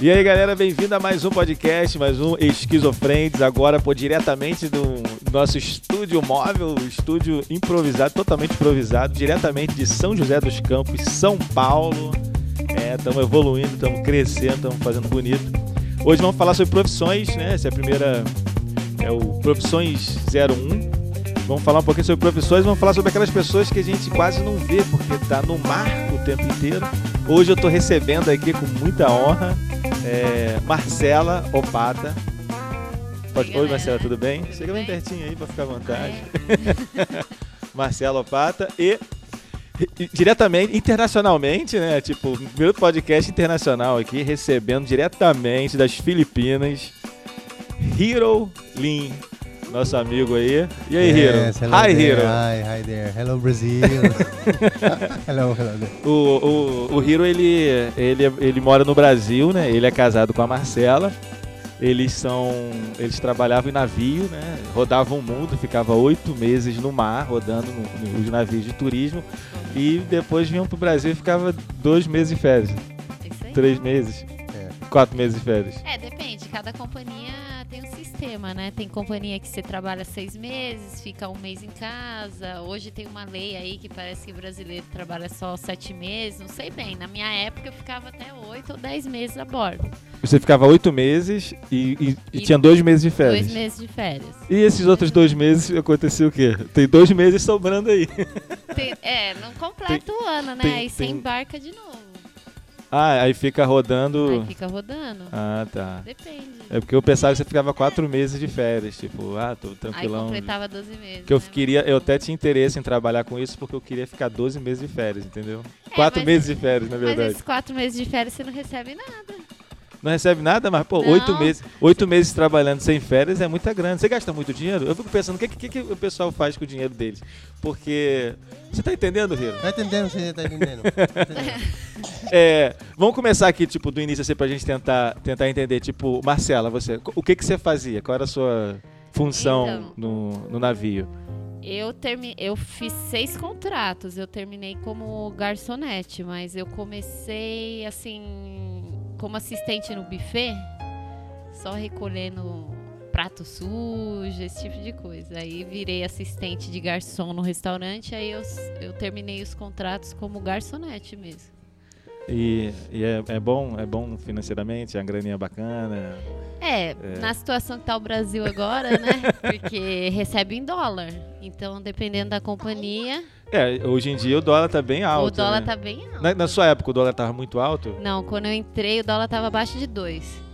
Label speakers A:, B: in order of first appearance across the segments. A: E aí, galera, bem-vindo a mais um podcast, mais um Esquizofrentes, agora pô, diretamente do nosso estúdio móvel, estúdio improvisado, totalmente improvisado, diretamente de São José dos Campos, São Paulo. Estamos evoluindo, estamos crescendo, estamos fazendo bonito. Hoje vamos falar sobre profissões, né? Essa é a primeira, é o Profissões 01. Vamos falar um pouquinho sobre profissões, vamos falar sobre aquelas pessoas que a gente quase não vê, porque tá no mar o tempo inteiro. Hoje eu estou recebendo aqui com muita honra é, Marcela Opata. Pode...
B: Oi,
A: Oi, Marcela,
B: galera.
A: tudo bem?
B: né? Tudo
A: Chega bem
B: bem?
A: pertinho aí para ficar à vontade. Marcela Opata e e- diretamente, internacionalmente, né? Tipo, primeiro podcast internacional aqui, recebendo diretamente das Filipinas, Hiro Lin, nosso amigo aí. E aí,
C: Yes,
A: Hiro?
C: hello
A: Hi,
C: there.
A: Hiro.
C: Hi, hi there. Hello, Brazil. hello, hello there.
A: O, o, o Hiro, ele, ele, ele mora no Brasil, né? Ele é casado com a Marcela. Eles são. Eles trabalhavam em navio, né? Rodavam o mundo, ficava oito meses no mar, rodando no- nos navios de turismo. E depois vinham pro Brasil e ficava dois meses de férias.
B: É isso aí.
A: Três meses? Quatro meses de férias.
B: É, depende. Cada companhia tem um sistema, né? Tem companhia que você trabalha seis meses, fica um mês em casa. Hoje tem uma lei aí que parece que brasileiro trabalha só sete meses. Não sei bem. Na minha época eu ficava até oito ou dez meses a bordo.
A: Você ficava oito meses e, e- e
B: E
A: tinha dois meses de férias.
B: Dois meses de férias.
A: E esses outros dois meses aconteceu o quê? Tem dois meses sobrando aí.
B: Tem- é, não completa o ano, né?
A: tem-
B: aí você
A: tem-
B: embarca de novo.
A: Ah, aí fica rodando.
B: Aí fica rodando.
A: Ah, tá.
B: Depende.
A: É porque eu pensava que você ficava quatro meses de férias, tipo, ah, tô
B: aí
A: tranquilão.
B: completava 12 meses.
A: Que eu
B: né?
A: queria, eu até tinha interesse em trabalhar com isso porque eu queria ficar 12 meses de férias, entendeu?
B: É,
A: Quatro
B: mas-
A: meses de férias, na
B: Mas
A: verdade.
B: esses quatro meses de férias você não recebe nada.
A: Não recebe nada, mas, pô,
B: Não.
A: oito meses, oito meses trabalhando sem férias é muita grana. Você gasta muito dinheiro? Eu fico pensando, o que, que, que o pessoal faz com o dinheiro deles? Porque. Você tá entendendo, Riro?
C: Tá entendendo? Você tá entendendo? Tá entendendo?
A: É, vamos começar aqui, tipo, do início assim, pra gente tentar, tentar entender. Tipo, Marcela, você, o que, que você fazia? Qual era a sua função
B: Então.
A: no, no navio?
B: Eu, termi... eu fiz seis contratos. Eu terminei como garçonete, mas eu comecei assim como assistente no buffet, só recolhendo prato sujo, esse tipo de coisa. Aí virei assistente de garçom no restaurante, aí eu, s- eu terminei os contratos como garçonete mesmo.
A: E, e é, é bom, é bom financeiramente, é uma graninha bacana.
B: É, na situação que tá o Brasil agora, né? Porque recebe em dólar. Então, dependendo da companhia,
A: É, hoje em dia o dólar tá bem alto.
B: o dólar
A: né?
B: tá bem alto.
A: Na, na sua época o dólar tava muito alto?
B: Não, quando eu entrei o dólar tava abaixo de 2.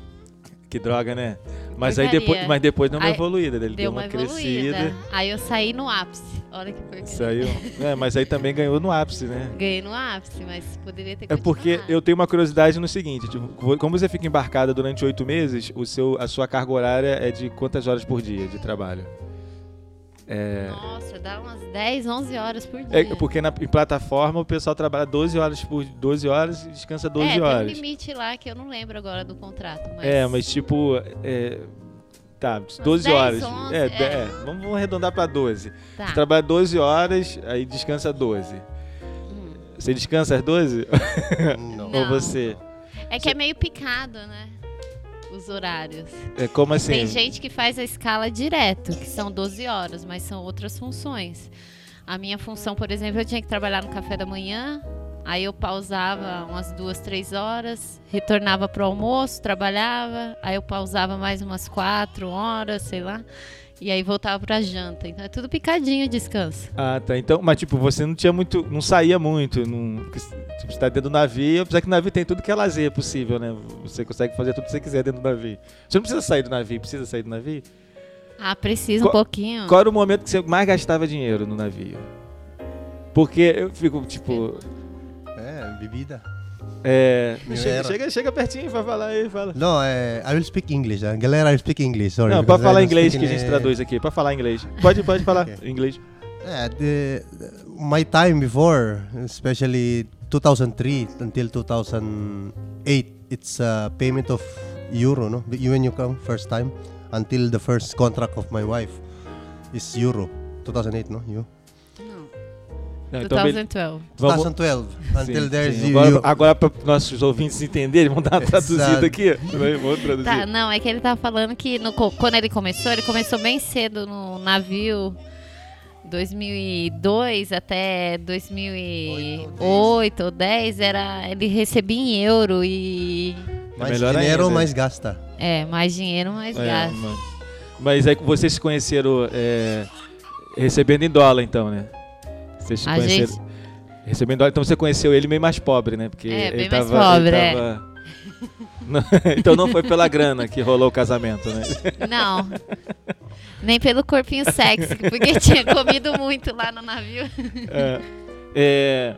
A: Que droga, né? Mas aí
B: Porcaria.
A: depois, mas depois deu uma
B: Aí-
A: evoluída, ele deu,
B: Deu
A: uma,
B: uma
A: crescida.
B: evoluída. Aí eu saí no ápice. Olha que porcaria.
A: Saiu. É, mas aí também ganhou no ápice, né?
B: Ganhei no ápice, mas poderia ter
A: É porque
B: continuado.
A: eu tenho uma curiosidade no seguinte, tipo, vo- como você fica embarcada durante oito meses, o seu, a sua carga horária é de quantas horas por dia de trabalho?
B: Nossa, dá umas 10, 11 horas por dia.
A: É porque na em plataforma o pessoal trabalha 12 horas por 12 horas e descansa 12
B: É,
A: horas.
B: tem um limite lá que eu não lembro agora do contrato, mas...
A: É, mas tipo. É, tá, 12
B: 10,
A: horas.
B: 11,
A: é,
B: é.
A: de- é, vamos vamos arredondar pra 12.
B: Tá.
A: Você trabalha 12 horas, aí descansa 12.
B: Hum.
A: Você descansa às 12?
C: Não.
A: Ou você.
B: É que é meio picado, né? Os horários.
A: É como assim?
B: Tem gente que faz a escala direto, que são 12 horas, mas são outras funções. A minha função, por exemplo, eu tinha que trabalhar no café da manhã, aí eu pausava umas duas, três horas, retornava pro almoço, trabalhava, aí eu pausava mais umas quatro horas, sei lá, e aí voltava pra janta. Então é tudo picadinho o descanso.
A: Ah, tá. Então, mas tipo, você não tinha muito. Não saía muito. Não, porque, tipo, você tá dentro do navio, apesar que o navio tem tudo que é lazer possível, né? Você consegue fazer tudo que você quiser dentro do navio. Você não precisa sair do navio, precisa sair do navio?
B: Ah, precisa
A: Qual-
B: um pouquinho.
A: Qual era o momento que você mais gastava dinheiro no navio? Porque eu fico, tipo.
C: É, bebida.
A: É.
C: Meu
A: Chega,
C: era.
A: chega, chega pertinho, vai falar aí, fala.
C: Não, é, I will speak English. uh, Galera, I will speak English. Sorry.
A: Não,
C: because
A: pode
C: I
A: falar
C: don't
A: inglês que
C: speak
A: a gente
C: in-
A: traduz aqui, pode falar inglês. Pode, pode falar
C: é. Ok.
A: inglês.
C: Yeah, the, my time before, especially 2003 until 2008, it's a payment of euro, no? You- When you come first time, until the first contract of my wife is euro. 2008, no? You?
B: Não.
A: Não, então, beleza.
B: 2012.
A: Vamos-
C: 2012. Tá, Until
A: Sim,
C: there's
A: sim.
C: you.
A: Agora,
C: you.
A: agora para nossos ouvintes entenderem, vamos dar uma traduzida
C: Exato.
A: aqui. Peraí, Vou traduzir.
B: Tá, não, é que ele tava falando que no co- quando ele começou, ele começou bem cedo no navio 2002 até 2008 ou 10, era ele recebia em euro e
A: É
C: mais
A: melhor
C: dinheiro,
A: ainda.
C: mais gasta.
B: é, mais dinheiro, mais
A: É,
B: gasto.
A: mas- Mas é que vocês se conheceram é, recebendo em dólar, então, né? Vocês se
B: A
A: conheceram
B: gente-
A: recebendo em dólar, então você conheceu ele meio mais pobre, né? Porque
B: É,
A: ele
B: bem mais
A: tava,
B: pobre,
A: ele
B: é.
A: tava- Não, então não foi pela grana que rolou o casamento, né?
B: Não. Nem pelo corpinho sexy, porque tinha comido muito lá no navio.
A: É, é,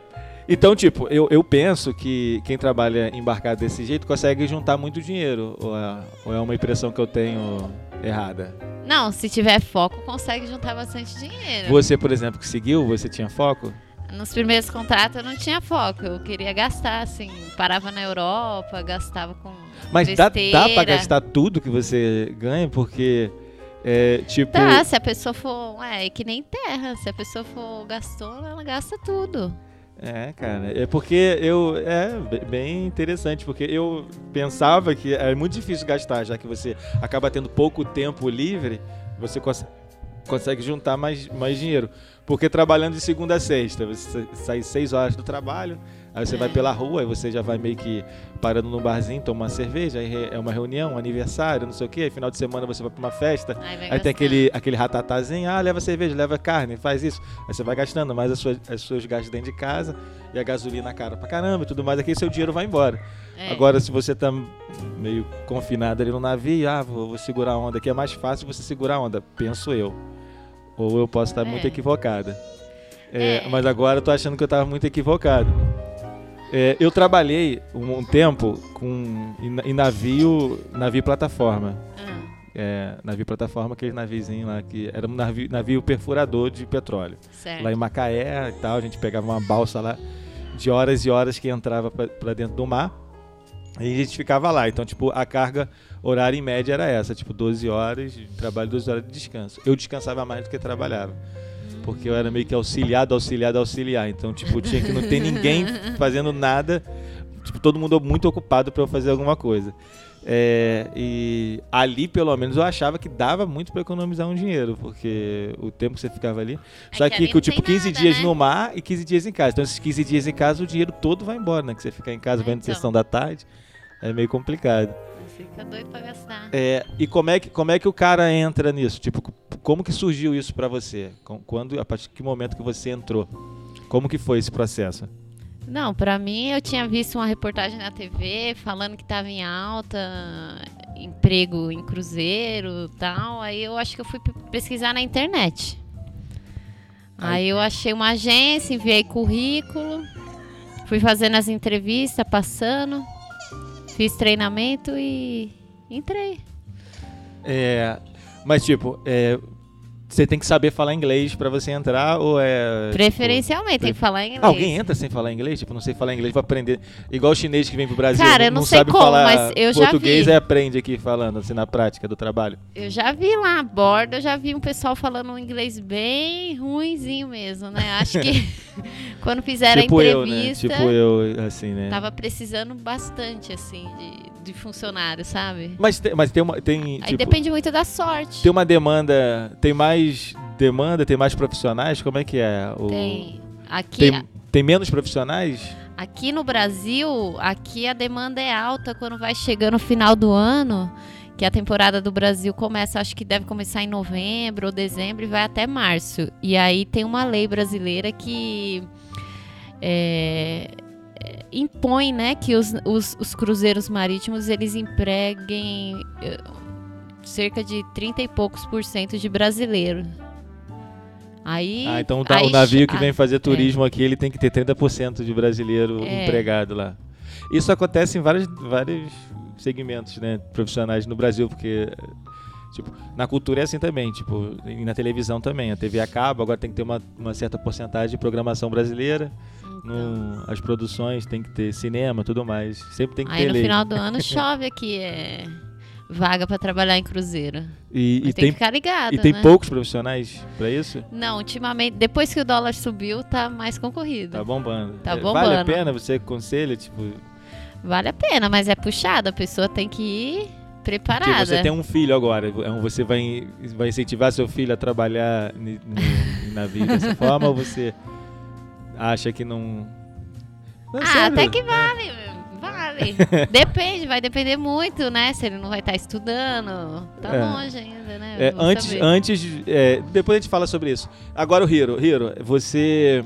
A: então, tipo, eu, eu penso que quem trabalha embarcado desse jeito consegue juntar muito dinheiro. Ou é, ou é uma impressão que eu tenho errada?
B: Não, se tiver foco, consegue juntar bastante dinheiro.
A: Você, por exemplo, que seguiu, você tinha foco?
B: Nos primeiros contratos eu não tinha foco, eu queria gastar, assim. Parava na Europa, gastava com.
A: Mas dá, dá pra
B: besteira.
A: gastar tudo que você ganha, porque é tipo.
B: Tá, se a pessoa for. É, é que nem terra. Se a pessoa for gastona, ela gasta tudo.
A: É, cara. É porque eu. É be- bem interessante, porque eu pensava que é muito difícil gastar, já que você acaba tendo pouco tempo livre, você cons- consegue juntar mais, mais dinheiro. Porque trabalhando de segunda a sexta, você sa- sai seis horas do trabalho, aí você vai pela rua, aí você já vai meio que parando num barzinho, tomar uma cerveja, aí re- é uma reunião, um aniversário, não sei o quê, aí final de semana você vai pra uma festa. Aí
B: Aí, vai
A: tem
B: gastando.
A: aquele, aquele ratatazinho, ah, leva cerveja, leva carne, faz isso. Aí você vai gastando mais as suas, as suas gastos dentro de casa e a gasolina cara pra caramba e tudo mais, aqui seu dinheiro vai embora.
B: É.
A: Agora, se você tá meio confinado ali no navio, ah, vou, vou segurar a onda aqui, é mais fácil você segurar a onda, penso eu. Ou eu posso estar
B: É.
A: muito equivocada. É,
B: É.
A: Mas agora eu tô achando que eu tava muito equivocado. É, eu trabalhei um, um tempo com, em, em navio, navio plataforma
B: Ah,
A: é, navio plataforma, aquele naviozinho lá que era um navio, navio perfurador de petróleo.
B: certo.
A: Lá em Macaé e tal, a gente pegava uma balsa lá de horas e horas que entrava pra- pra dentro do mar e a gente ficava lá. Então, tipo, a carga horária em média era essa, tipo, 12 horas de trabalho, 12 horas de descanso. Eu descansava mais do que trabalhava. Porque eu era meio que auxiliado, auxiliado, auxiliar. Então, tipo, tinha que não ter ninguém fazendo nada. Tipo, todo mundo muito ocupado pra eu fazer alguma coisa. É, e ali, pelo menos, eu achava que dava muito pra economizar um dinheiro, porque o tempo que você ficava ali.
B: É
A: Só
B: que
A: que,
B: ali não
A: tipo,
B: tem
A: 15
B: nada,
A: dias
B: né?
A: no mar e 15 dias em casa. Então, esses 15 dias em casa, o dinheiro todo vai embora, né? Que você ficar em casa
B: É,
A: vendo
B: então.
A: sessão da tarde. É meio complicado.
B: Fica doido pra gastar.
A: É, e como é, que, como é que o cara entra nisso? Tipo, c- como que surgiu isso pra você? Com- Quando, a partir de que momento que você entrou? Como que foi esse processo?
B: Não, pra mim eu tinha visto uma reportagem na TV falando que tava em alta, emprego em cruzeiro tal. Aí eu acho que eu fui pe- pesquisar na internet. Aí eu achei uma agência, enviei currículo, fui fazendo as entrevistas, passando, fiz treinamento e entrei.
A: É, mas, tipo, é, você tem que saber falar inglês pra você entrar ou é...
B: Preferencialmente, tem que falar em
A: tipo,
B: inglês.
A: Alguém entra sem falar inglês? Tipo, não sei falar inglês, vou aprender. Igual o chinês que vem pro Brasil,
B: Cara, eu
A: não,
B: não sei
A: sabe
B: como,
A: falar
B: mas eu já
A: português
B: vi.
A: aí aprende aqui falando, assim, na prática do trabalho.
B: Eu já vi lá a borda, eu já vi um pessoal falando um inglês bem ruinzinho mesmo, né? Acho que quando fizeram
A: tipo
B: a
A: eu, né?
B: entrevista,
A: Tipo eu, assim, né?
B: tava precisando bastante, assim, de, de funcionário, sabe?
A: Mas, tem, mas tem uma... Tem,
B: Aí
A: tipo,
B: depende muito da sorte.
A: Tem uma demanda, tem mais demanda, tem mais profissionais? Como é que é? O-
B: Tem. Aqui,
A: tem, tem menos profissionais?
B: aqui no Brasil, aqui a demanda é alta quando vai chegando o final do ano, que a temporada do Brasil começa, acho que deve começar em novembro ou dezembro e vai até março. E aí tem uma lei brasileira que é, é, impõe, né, que os, os, os cruzeiros marítimos eles empreguem eh, cerca de 30 e poucos por cento de brasileiro. Aí,
A: ah, então tá,
B: aí
A: o navio que
B: a-
A: vem fazer turismo aqui, ele tem que ter 30% de brasileiro
B: É.
A: empregado lá. Isso acontece em vários, vários segmentos né, profissionais no Brasil, porque tipo, na cultura é assim também, tipo, e na televisão também. A TV acaba, agora tem que ter uma, uma certa porcentagem de programação brasileira.
B: Então.
A: No- as produções tem que ter cinema tudo mais. Sempre tem que
B: Aí
A: ter
B: no
A: lei.
B: final do ano chove aqui, é vaga pra trabalhar em cruzeiro.
A: E,
B: Mas
A: e
B: tem,
A: tem,
B: que ficar ligado,
A: e tem
B: né?
A: poucos profissionais pra isso?
B: Não, ultimamente, depois que o dólar subiu, tá mais concorrido.
A: Tá bombando.
B: Tá
A: É, Vale a
B: bombando.
A: pena? Você aconselha, tipo,
B: Vale a pena, mas é puxado. A pessoa tem que ir
A: Porque
B: preparada.
A: você tem um filho agora, é um- você vai, vai incentivar seu filho a trabalhar ni- no- na vida dessa forma ou você acha que não. Não,
B: Ah,
A: sério.
B: até que vale. Vale. Depende, vai depender muito, né? Se ele não vai estar estudando. Tá
A: É.
B: longe ainda, né?
A: É,
B: Vou
A: antes,
B: saber.
A: antes é, depois a gente fala sobre isso. Agora o Hiro, Hiro, você,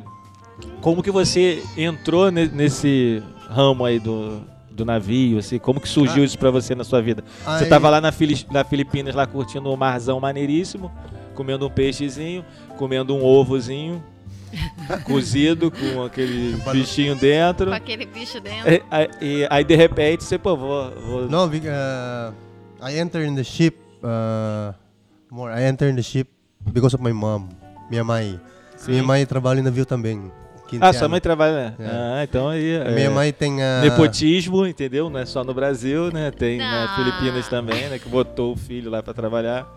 A: como que você entrou ne- nesse ramo aí do, do navio, assim, como que
C: Ah.
A: surgiu isso pra você na sua vida? Você
C: I-
A: tava lá na, Fili- na Filipinas, lá curtindo um marzão maneiríssimo, comendo um peixezinho, comendo um ovozinho, cozido com aquele bichinho dentro.
B: Com aquele bicho dentro.
A: E- aí- E aí, de repente, você, pô, vou. vou-
C: No, be- uh, I enter in the ship uh, more. I enter in the ship because of my mom, minha mãe. Minha mãe trabalha em navio também. 15
A: Ah, sua
C: anos.
A: mãe trabalha. né?
C: É.
A: Ah, então aí. é,
C: Minha mãe tem uh,
A: Nepotismo, entendeu? Não é só no Brasil, né? Tem na
B: Não.
A: Filipinas também, né? Que botou o filho lá pra trabalhar.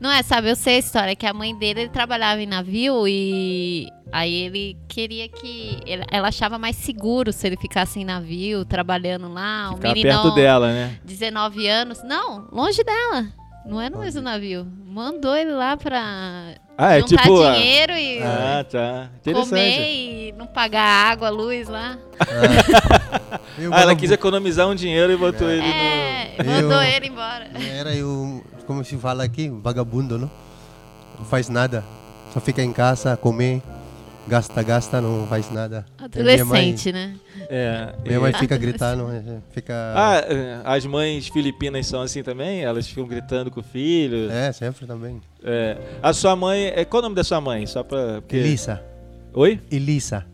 B: Não é, sabe, eu sei a história, que a mãe dele ele trabalhava em navio e aí ele queria que. ele- Ela achava mais seguro se ele ficasse em navio, trabalhando lá. O
A: Ficar
B: meninão,
A: perto dela, né?
B: 19 anos. Não, longe dela. Não é no mesmo navio. Mandou ele lá pra
A: Ah, é
B: juntar
A: tipo. ah,
B: dinheiro e
A: Ah, tá. Interessante.
B: comer e não pagar água, luz lá.
C: eu
A: Ah, ela
C: falava-
A: quis economizar um dinheiro e botou ele no.
B: É, mandou
C: Eu-
B: ele embora.
C: Era eu, como se fala aqui, vagabundo, não? Não faz nada. Só fica em casa, comer, gasta, gasta, não faz nada. Minha mãe,
B: Adolescente, né?
A: É.
C: minha
A: e-
C: mãe fica gritando, eh, fica...
A: Ah, é, as mães filipinas são assim também? Elas ficam gritando com o filho?
C: É, sempre também.
A: É. A sua mãe... é, Qual o nome da sua mãe? Só pra... porque-
C: Elisa,
A: Oi?
C: Elisa.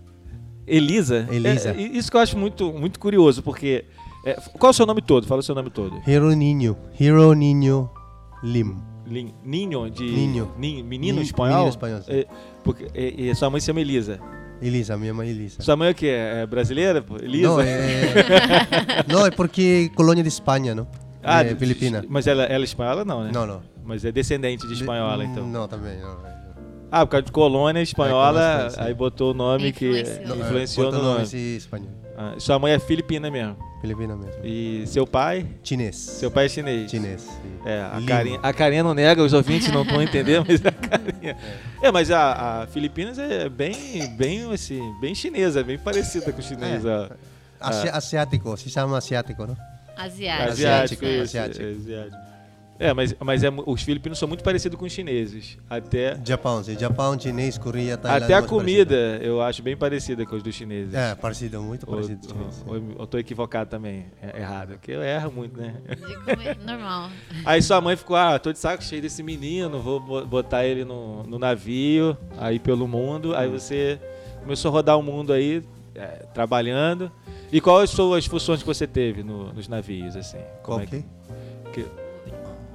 A: Elisa?
C: Elisa.
A: É, é, isso que eu acho muito, muito curioso, porque... é, f- qual é o seu nome todo? Fala o seu nome todo.
C: Heroninho, Heroninho Lim.
A: Lin- Ninho de...
C: Ninho.
A: Nin- menino
C: Nin-
A: espanhol?
C: menino espanhol, sim.
A: É, porque, e, e sua mãe se chama Elisa.
C: Elisa, minha mãe Elisa.
A: Sua mãe é o quê? É brasileira? pô? Elisa?
C: Não, é... não, é porque colônia de Espanha, não?
A: Ah,
C: é
A: de-
C: Filipina.
A: Mas ela, ela é espanhola não, né?
C: Não, não.
A: Mas é descendente de espanhola, então.
C: Não, também, não.
A: Ah, por causa de colônia
C: É,
A: espanhola,
C: colônia espanhola,
A: aí botou o nome que
B: Influenciou.
C: Não, é,
A: influenciou
C: bota
A: no
C: nome
A: nome.
C: esse espanhol.
A: Ah, sua mãe é filipina mesmo.
C: Filipina mesmo.
A: E seu pai?
C: Chinês.
A: Seu pai é chinês.
C: Chinês. sim.
A: É, a
C: Lim.
A: carinha, a carinha não nega, os ouvintes não vão entender, mas a carinha. É, mas a, a Filipinas é bem, bem, assim, bem chinesa, bem parecida com o chinês.
C: É.
A: ó.
C: Asi-
A: Ah.
C: Asiático, se chama asiático, não?
B: Asiático.
A: Asiático,
C: Asiático,
A: isso,
C: asiático.
A: é, asiático. É, mas, mas é mu- os filipinos são muito parecidos com os chineses. Até,
C: Japão, sim. Japão, chinês, Coreia, Tailândia. é
A: até a
C: mais
A: Ah, comida eu acho bem parecida com os dos chineses.
C: parecido. É, parecido, muito
A: Ou,
C: parecido. chinês, sim.
A: ou- ou eu tô equivocado também. É, errado. Porque eu erro muito, né?
B: Digo, é normal.
A: Aí sua mãe ficou, ah, tô de saco cheio desse menino, vou bo- botar ele no, no navio, aí pelo mundo. Aí você começou a rodar o mundo aí, é, trabalhando. E quais são as funções que você teve no- nos navios, assim? Como é que-
C: Ok.
A: que-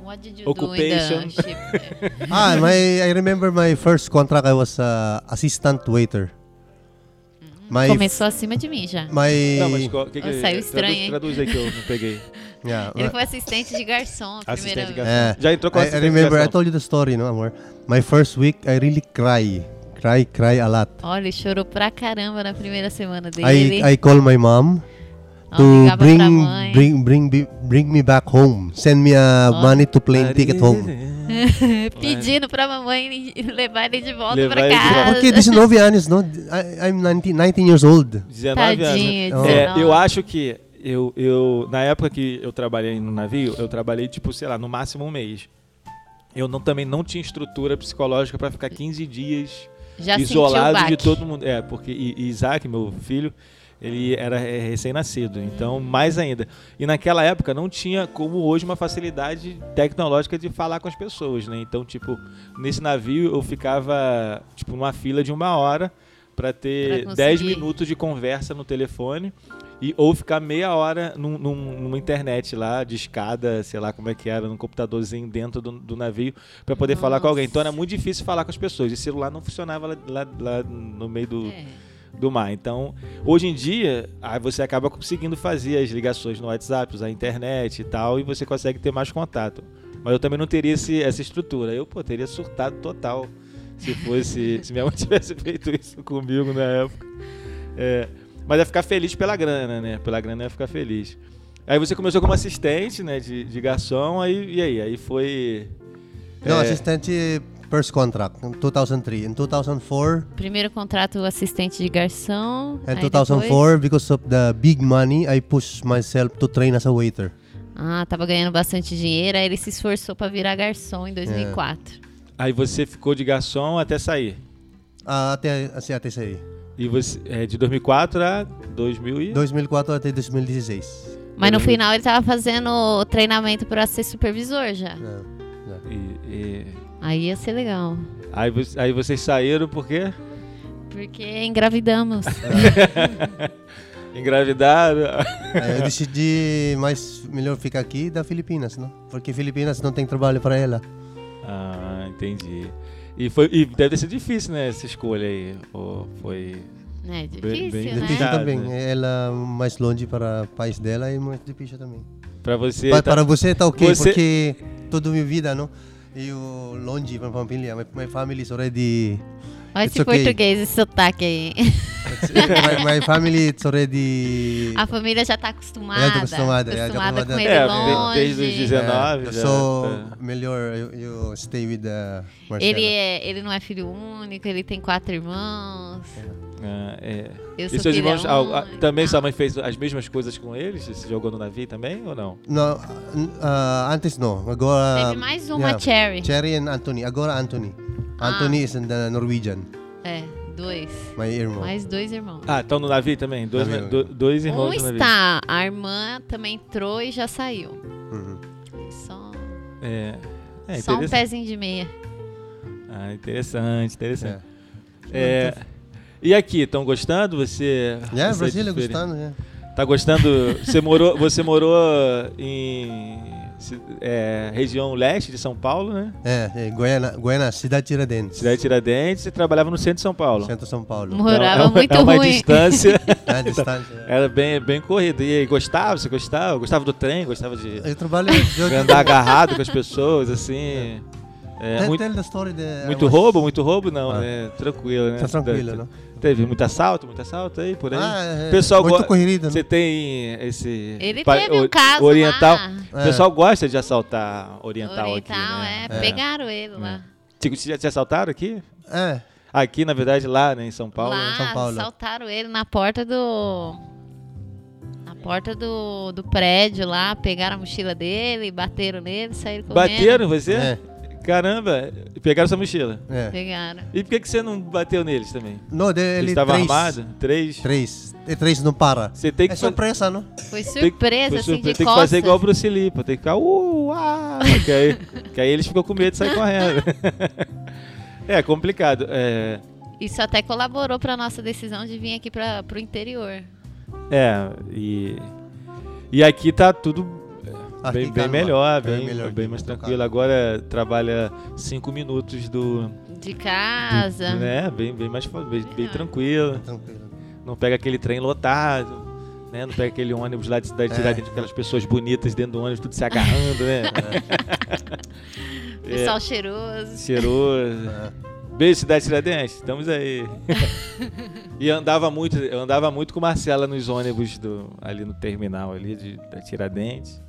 B: What did you do
A: Occupation.
B: in the ship?
C: ah, my, I remember my first contract, I was uh, assistant waiter. My,
B: Começou acima de mim já.
C: My,
A: Não, mas qual- que que-
B: Saiu
A: traduz-
B: estranho, hein?
A: Traduz aí que eu não peguei.
C: yeah,
B: Ele foi assistente de garçom a primeira
A: Assistente de
B: vez.
A: garçom.
C: É.
A: Já entrou com
C: I, I
A: assistente de
C: remember, I
A: garçom.
C: told you the story, no, amor? My first week, I really cry. Cry, cry a lot.
B: Olha, ele chorou pra caramba na primeira semana dele.
C: I, I call my mom
B: Ó,
C: to
B: ligava
C: bring,
B: pra mãe.
C: bring, bring, be- bring me back home. Send me uh,
B: Oh.
C: money to plane ticket home.
B: Pedindo pra mamãe levar ele de volta
A: Levar
B: pra
A: ele de volta.
B: casa.
C: Porque 19 anos, não? I, I'm 19, 19 years old.
A: 19
B: Tadinho,
A: anos.
B: 19.
A: É, eu acho que eu, eu na época que eu trabalhei no navio, eu trabalhei tipo, sei lá, no máximo um mês. Eu não, também não tinha estrutura psicológica pra ficar 15 dias
B: Já
A: isolado
B: sentiu
A: de
B: o baque.
A: todo mundo. É, porque I- Isaac, meu filho, ele era é, recém-nascido, então mais ainda. E naquela época não tinha como hoje uma facilidade tecnológica de falar com as pessoas, né? Então, tipo, nesse navio eu ficava tipo numa fila de uma hora para ter
B: Pra conseguir.
A: 10 minutos de conversa no telefone e ou ficar meia hora num- num- numa internet lá, de escada, sei lá como é que era, num computadorzinho dentro do, do navio, pra poder falar com alguém. Então era muito difícil falar com as pessoas. E celular não funcionava lá, lá- lá no meio do,
B: É.
A: do mar. Então, hoje em dia, aí você acaba conseguindo fazer as ligações no WhatsApp, usar a internet e tal, e você consegue ter mais contato. Mas eu também não teria esse- essa estrutura. Eu, pô, teria surtado total se fosse. se minha mãe tivesse feito isso comigo na época. É, mas ia ficar feliz pela grana, né? Pela grana ia ficar feliz. Aí você começou como assistente, né? De, de garçom, aí, e aí? Aí foi.
C: No,
A: É.
C: assistente first contract, in 2003. In 2004,
B: Primeiro contrato assistente de garçom.
C: in
B: aí
C: 2004, because of the big money, I pushed myself to train as a waiter.
B: depois- ah, tava ganhando bastante dinheiro, aí ele se esforçou pra virar garçom em
C: É.
B: 2004.
A: Aí você ficou de garçom até sair.
C: Ah, até, assim, até sair.
A: E você. É, de 2004 a 2000 e...
C: 2004 até 2016.
B: Mas no
A: Beleza.
B: final ele tava fazendo treinamento pra ser supervisor já.
C: É, é.
A: e- e-
B: Aí ia ser legal.
A: Aí, vo- aí vocês saíram porque
B: Porque engravidamos.
A: engravidaram.
C: Aí eu decidi mais melhor ficar aqui da Filipinas, não? Porque Filipinas não tem trabalho para ela.
A: ah, entendi. E, foi, e deve ter sido difícil, né, essa escolha aí. Ou foi.
B: É
A: Bem-
B: difícil,
A: bem
B: né?
C: Difícil
A: Complicado,
C: também.
A: né?
C: Ela mais longe para o país dela é muito difícil também.
A: Pra você.
C: Pa-
A: tá-
C: Para você tá ok,
A: Você-
C: porque toda minha vida, não? Eu longe para família, my, my family is already
B: Olha
C: It's
B: esse
C: okay.
B: português, esse sotaque aí.
C: my, my family it's already
B: A família já tá acostumada.
C: Já tá acostumada, já tá
B: acostumada
C: acostumada.
B: com ele
A: É, de-
B: longe.
A: desde os 19
C: Eh,
A: já.
C: so
A: tá.
C: melhor eu, eu stay with the Marcela.
B: Ele, é, ele não é filho único, ele tem quatro irmãos.
A: Ah, é.
B: Eu
A: E
B: sou
A: seus
B: filha
A: irmãos. ah, ah,
B: única.
A: também sua mãe fez as mesmas coisas com eles? Se jogou no navio também ou não?
C: Não, ah, antes não. Agora
B: Teve mais uma,
C: yeah.
B: Cherry. Ah.
C: Cherry and Anthony. Agora Anthony. Anthony is in the Norwegian.
B: É, dois.
C: My irmão.
B: Mais dois irmãos.
A: Ah, estão no navio também? Dois,
C: Navio.
A: na- do- dois irmãos
B: um
A: no navio.
B: está, a irmã também entrou e já saiu.
C: Uhum.
B: Só,
A: É. É
B: só um
A: interessante.
B: pezinho de meia.
A: Ah, interessante, interessante.
C: Yeah.
A: É, E aqui, estão gostando? Você.
C: Yeah,
A: você
C: É, Brasília
A: diferen-
C: gostando, yeah.
A: Tá gostando? Você morou, você morou em ci- é, região leste de São Paulo, né?
C: É, é Goiânia, Goiânia, cidade Tiradentes.
A: Cidade de Tiradentes e trabalhava no centro de São Paulo.
C: Centro São Paulo.
B: Morava
A: é uma,
B: muito
A: é uma
B: ruim.
A: distância,
C: É, distância.
A: era bem, bem corrida. E aí, gostava? Você gostava? Gostava do trem? Gostava de
C: Eu trabalho. Eu,
A: andar agarrado com as pessoas, assim? É,
C: tell,
A: muito,
C: tell the story the,
A: muito
C: I was-
A: roubo? Muito roubo? Não,
C: é, Ah.
A: né? Tranquilo, né?
C: Tá tranquilo, não?
A: Teve muito assalto? Muito assalto aí, por aí?
C: Ah, é,
A: Pessoal,
C: muito
A: go-
C: corrida,
A: Você
C: né?
A: tem esse.
B: Ele
A: pa-
B: teve um
A: o-
B: caso
A: Oriental.
B: lá.
A: O pessoal gosta de assaltar oriental,
B: Oriental,
A: aqui.
B: é.
A: Tá Né?
B: Pegaram ele lá.
A: Te, te, te assaltaram aqui?
C: É,
A: Aqui, na verdade, lá, né, em São Paulo.
B: lá,
C: São Paulo.
B: assaltaram ele na porta do. Na porta do, do prédio lá, pegaram a mochila dele, bateram nele, saíram correndo.
A: Bateram você?
C: É.
A: Caramba, pegaram sua mochila.
C: é.
B: Pegaram.
A: E por que, que você não bateu neles também?
C: Não, de,
A: Ele
C: ele
A: estava
C: três,
A: armado? Três?
C: Três. E três não para.
A: Você tem que
C: É
A: fa-
C: surpresa, não?
B: Foi
A: tem que-
B: surpresa,
A: foi
B: assim,
A: surpresa,
B: de
A: Tem que
B: costas.
A: fazer igual o Bruce Lee, pô. Tem que ficar... Uh, ah, que, aí, que aí eles ficam com medo de sair correndo. é complicado. É,
B: Isso até colaborou pra nossa decisão de vir aqui pra, pro interior.
A: é e... E aqui tá tudo
C: Aqui
A: bem, bem
C: calma,
A: melhor, bem, bem,
C: melhor,
A: mais
C: muito
A: tranquilo. Agora trabalha cinco minutos do.
B: De casa.
A: Né? Bem, bem mais fa- bem, bem
B: É.
A: tranquilo.
C: calmo, Tranquilo.
A: Não pega aquele trem lotado, né? Não pega aquele ônibus lá de cidade
C: É.
A: de cidade, aquelas pessoas bonitas dentro do ônibus, tudo se agarrando, né? É.
B: Pessoal cheiroso.
A: Cheiroso.
C: É.
A: Beijo, cidade de Tiradentes. Estamos aí. e andava muito, eu andava muito com Marcela nos ônibus do, ali no terminal ali de, da Tiradentes.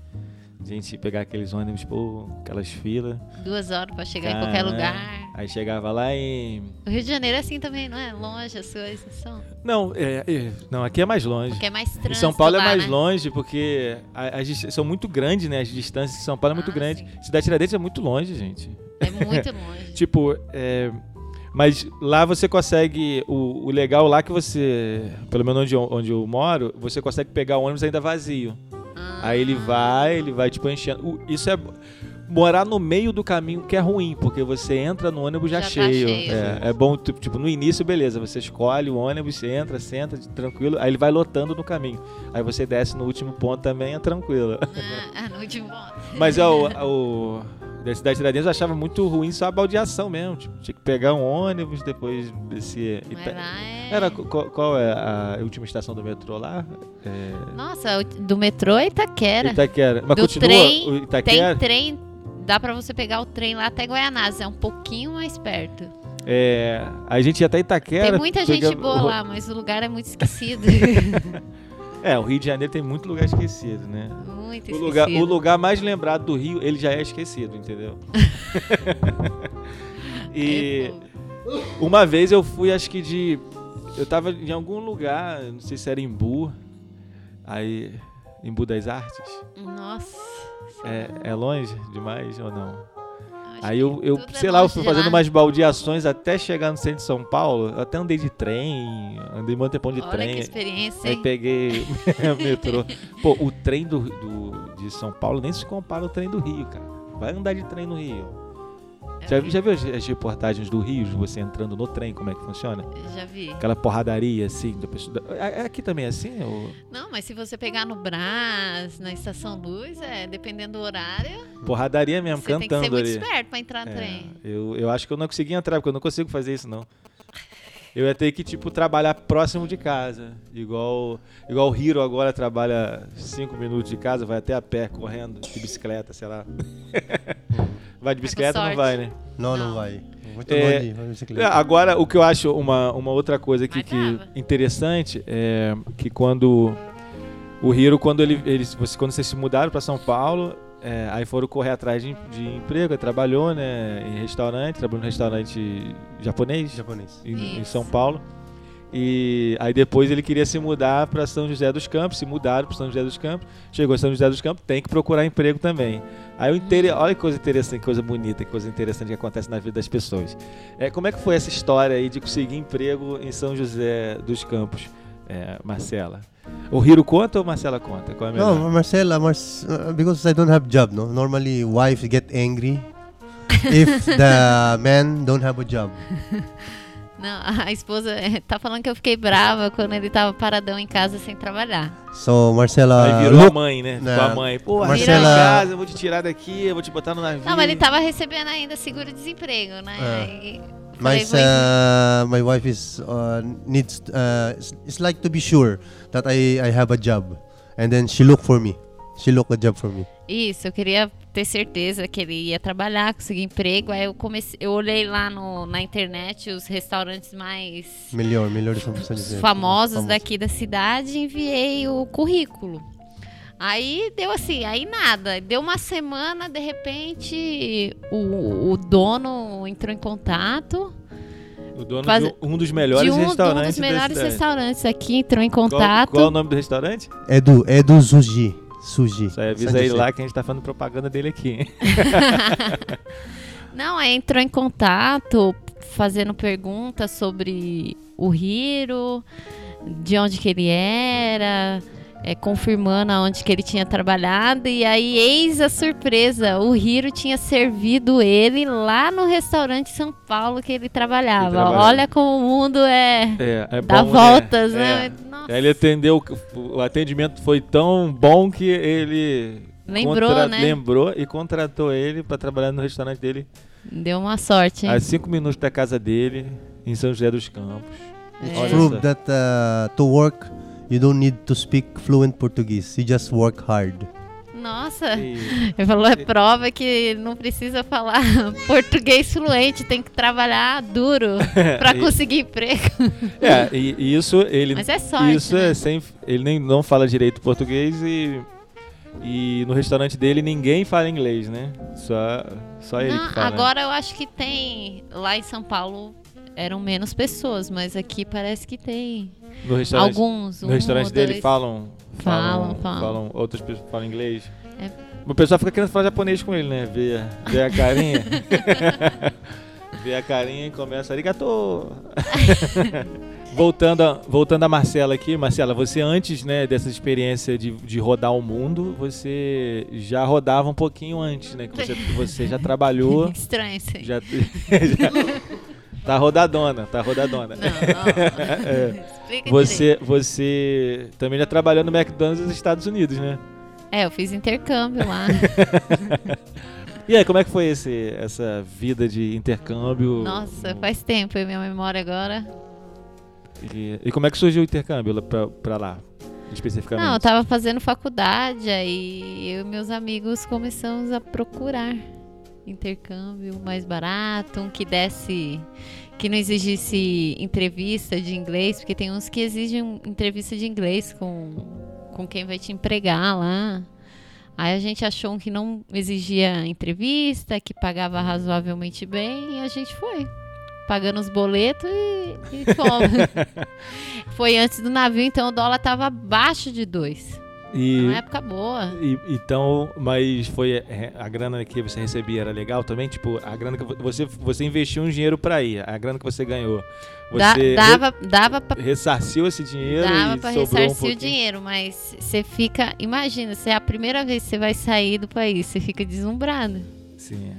A: A gente pegar aqueles ônibus, pô, aquelas filas.
B: Duas horas pra chegar em qualquer
A: Caramba.
B: lugar.
A: Aí chegava lá em.
B: O Rio de Janeiro é assim também, não é? Longe as coisas são.
A: Não, é, é, não aqui é mais longe.
B: Porque é mais
A: Em
B: trânsito.
A: São Paulo é
B: lá,
A: mais
B: né?
A: longe porque a- as dist- são muito grandes, né? As distâncias de São Paulo é muito
B: Ah,
A: grande. Cidade de Tiradentes é muito longe, gente.
B: É muito longe.
A: Tipo, é, mas lá você consegue. O, o legal lá que você. Pelo menos onde, eu- onde eu moro, você consegue pegar o ônibus ainda vazio.
B: Ah,
A: Tipo, Aí ele vai, ele vai tipo enchendo. O- Isso é. bo- Morar no meio do caminho que é ruim, porque você entra no ônibus já,
B: Já tá
A: cheio.
B: cheio.
A: É, é bom, tu- tipo, no início, beleza, você escolhe o ônibus, você entra, senta, tranquilo, aí ele vai lotando no caminho. Aí você
B: né?
A: desce no último ponto também, é tranquilo.
B: ah, ah, no último ponto.
A: Mas é o, o- da cidade de Tiradentes eu achava muito ruim só a baldeação mesmo. Tipo, tinha que pegar um ônibus, depois descer.
B: Mas
A: Ita-
B: lá é...
A: tá- Era, co- qual, é a última estação do metrô lá? É,
B: Nossa, o- do metrô é Itaquera.
A: Itaquera. Mas
B: Do
A: continua
B: trem,
A: o Itaquera?
B: Tem trem, dá pra você pegar o trem lá até Goianás, é um pouquinho mais perto.
A: É, a gente ia até Itaquera.
B: tem muita gente
A: pegava-
B: boa lá, mas o lugar é muito esquecido.
A: É, o Rio de Janeiro tem muito lugar esquecido, né?
B: muito
A: O
B: esquecido.
A: lugar, o lugar mais lembrado do Rio, ele já é esquecido, entendeu?
B: É,
A: e uma vez eu fui, acho que de. Eu tava em algum lugar, não sei se era Embu, aí. Embu das Artes?
B: Nossa.
A: É, é longe demais ou não?
B: acho
A: Aí
B: que
A: eu, eu
B: tudo é
A: sei lá, eu
B: longe
A: fui
B: de
A: fazendo
B: lá.
A: umas baldeações até chegar no centro de São Paulo. Eu até andei de trem, andei um tempão de
B: Olha que
A: trem.
B: experiência,
A: Aí
B: hein?
A: peguei o metrô. Pô, o trem do, do- de São Paulo nem se compara ao trem do Rio, cara. Vai andar de trem no Rio.
B: É
A: Já, já viu as, as reportagens do Rio, de você entrando no trem, como é que funciona?
B: Já vi.
A: Aquela porradaria, assim, da pessoa. da- a- Aqui também é assim? Ou...
B: Não, mas se você pegar no Brás, na Estação Luz, é, dependendo do horário,
A: Porradaria mesmo,
B: você tem que ser
A: cantando
B: muito
A: ali.
B: esperto pra entrar no
A: É,
B: trem.
A: eu, eu acho que eu não consegui entrar, porque eu não consigo fazer isso, não. Eu ia ter que, tipo, trabalhar próximo de casa. Igual, igual o Hiro agora trabalha 5 minutos de casa, vai até a pé, correndo, de bicicleta, sei lá. Vai de
B: com
A: bicicleta ou não
B: sorte.
A: vai, né?
C: Não,
B: Não.
C: não vai. Muito
A: É,
C: longe, vai de
A: É,
C: bicicleta.
A: Agora, o que eu acho uma, uma outra coisa aqui
B: Mas
A: que
B: dava.
A: interessante é que quando o Hiro, quando ele, eles, você, quando vocês se mudaram para São Paulo, é, aí foram correr atrás de, em- de emprego, aí trabalhou né, em restaurante, trabalhou no restaurante japonês
C: Japonês.
A: em, em
B: Isso.
A: São Paulo. E aí depois ele queria se mudar para São José dos Campos, se mudaram para São José dos Campos, chegou em São José dos Campos, tem que procurar emprego também. Aí o inter... olha que coisa interessante, que coisa bonita, que coisa interessante que acontece na vida das pessoas. É, como é que foi essa história aí de conseguir emprego em São José dos Campos, é, Marcela? O Hiro conta ou Marcela conta? Qual é a melhor?
C: No, Marcela, Mar- uh, because I don't have job, no. Normally, wife get angry if the man don't have a job.
B: Não, a esposa é, tá falando que eu fiquei brava quando ele tava paradão em casa sem trabalhar.
C: So Marcela,
A: Aí virou a
C: look,
A: mãe, né? Ficou
C: né,
A: a mãe. Pô, Marcela...
C: ah, Marcela-
A: em casa, eu vou te tirar daqui, eu vou te botar no navio.
B: Não, mas ele tá tava recebendo ainda seguro-desemprego, né?
C: É.
B: E- falei,
C: Mas
B: vou em-
C: uh, my wife is uh, needs uh, it's- it's like to be sure that I I have a job, and then she look for me. She look a job for me.
B: Isso, eu queria ter certeza que ele ia trabalhar, conseguir emprego. Aí eu comecei, eu olhei lá no, na internet os restaurantes mais
C: Melhor, melhor de São Paulo.
B: os famosos daqui da cidade, enviei o currículo. Aí deu assim, aí nada. Deu uma semana, de repente, o, o dono entrou em contato.
A: O dono
B: Faz-
A: de um dos melhores
B: de um, de um
A: restaurantes
B: dos
A: da
B: melhores
A: cidade.
B: restaurantes aqui, entrou em
A: Qual-
B: contato.
A: Qual, o nome do restaurante?
C: Edu, Edu Suji, Suji.
A: Isso aí, avisa
C: San
A: ele
C: Jose.
A: lá que a gente tá fazendo propaganda dele aqui. hein?
B: Não, aí entrou em contato, fazendo perguntas sobre o Hiro, de onde que ele era, é, confirmando aonde que ele tinha trabalhado. E aí, eis a surpresa, o Hiro tinha servido ele lá no restaurante São Paulo que ele trabalhava.
A: Ele trabalhava.
B: Olha como o mundo é...
A: É, é
B: Dá
A: bom, É.
B: voltas, né? Nossa.
A: Aí Ele atendeu, o atendimento foi tão bom que ele
B: Lembrou,
A: contra-
B: né?
A: lembrou e contratou ele pra trabalhar no restaurante dele
B: Deu uma sorte, hein?
A: a cinco minutos da casa dele, em São José dos Campos.
B: É.
C: It's
A: Olha
C: proof
A: só.
C: that uh, to work, you don't need to speak fluent Portuguese. You just work hard.
B: Nossa,
A: E-
B: Ele falou, é prova que não precisa falar português fluente, tem que trabalhar duro pra
A: E-
B: conseguir emprego.
A: É, e, e isso ele.
B: Mas é sorte,
A: Isso
B: né?
A: é sem. Ele nem não fala direito português e. E no restaurante dele ninguém fala inglês, né? Só, só ele
B: Não,
A: que fala. né?
B: agora eu acho que tem, lá em São Paulo eram menos pessoas, mas aqui parece que tem
A: No restaurante,
B: alguns.
A: no
B: um
A: restaurante
B: ou
A: dele
B: dois.
A: falam, falam,
B: Falam,
A: falam.
B: falam.
A: outras pessoas falam inglês.
B: É.
A: O pessoal fica querendo falar japonês com ele, né? Vê, vê a carinha. vê a carinha e começa arigato. voltando, a, voltando a Marcela aqui. Marcela, você antes né, dessa experiência de, de rodar o mundo, você já rodava um pouquinho antes, né? Que você, você já trabalhou,
B: Estranho isso aí.
A: já, já... Tá rodadona, tá rodadona.
B: Não, não.
A: É.
B: Explica direito.
A: Você, você também já trabalhou no McDonald's nos Estados Unidos, né?
B: É, eu fiz intercâmbio lá.
A: E aí, como é que foi esse, essa vida de intercâmbio?
B: Nossa,
A: No-
B: faz tempo, hein, minha memória agora.
A: E, e como é que surgiu o intercâmbio lá pra, pra lá, especificamente?
B: Não, tá eu tava fazendo faculdade, aí eu e meus amigos começamos a procurar intercâmbio mais barato, um que desse. que não exigisse entrevista de inglês, porque tem uns que exigem entrevista de inglês com, com quem vai te empregar lá. Aí a gente achou um que não exigia entrevista, que pagava razoavelmente bem, e a gente foi. Pagando os boletos e, e fomos. Foi antes do navio, então o dólar tava abaixo de dois.
A: E-
B: Uma época boa.
A: E- então, mas foi é, a grana que você recebia era legal também? Tipo, a grana que vo- você, você investiu um dinheiro pra ir, a grana que você ganhou.
B: Da-
A: Você
B: dava, dava pra,
A: re- ressarciu esse dinheiro
B: dava
A: e
B: pra
A: sobrou um
B: ressarcir
A: pouquinho.
B: o dinheiro, mas você fica. Imagina, você é a primeira vez que você vai sair do país, você fica deslumbrado.
A: Sim.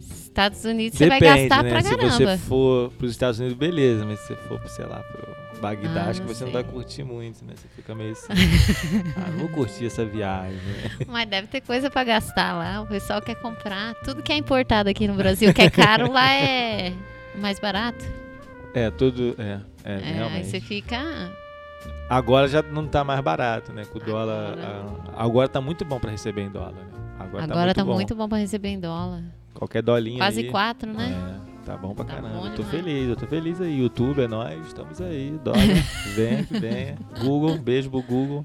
B: Estados Unidos
A: Depende,
B: você vai gastar
A: né?
B: pra
A: Se
B: caramba.
A: você for pros Estados Unidos, beleza, mas se você for, sei lá, pro Bagdá,
B: Ah,
A: acho que
B: não
A: você não
B: sei.
A: vai curtir muito, né? Você fica meio assim. ah, não vou curtir essa viagem. né?
B: Mas deve ter coisa pra gastar lá. O pessoal quer comprar. Tudo que é importado aqui no Brasil, que é caro, lá é mais barato.
A: É, tudo. É, é,
B: É, aí
A: realmente.
B: você fica. ah,
A: Agora já não tá mais barato, né? Com o dólar.
B: Agora.
A: a- Agora tá muito bom pra receber em dólar, né? Agora,
B: Agora
A: tá muito
B: tá
A: bom.
B: muito bom pra receber em dólar.
A: Qualquer dolinha
B: Quase
A: aí.
B: quatro, né?
A: É, tá bom pra
B: Tá
A: caramba.
B: bom
A: eu tô
B: demais.
A: feliz, eu tô feliz aí. YouTube é nós, estamos aí. né? Dólar, vem, vem. Google, beijo pro Google.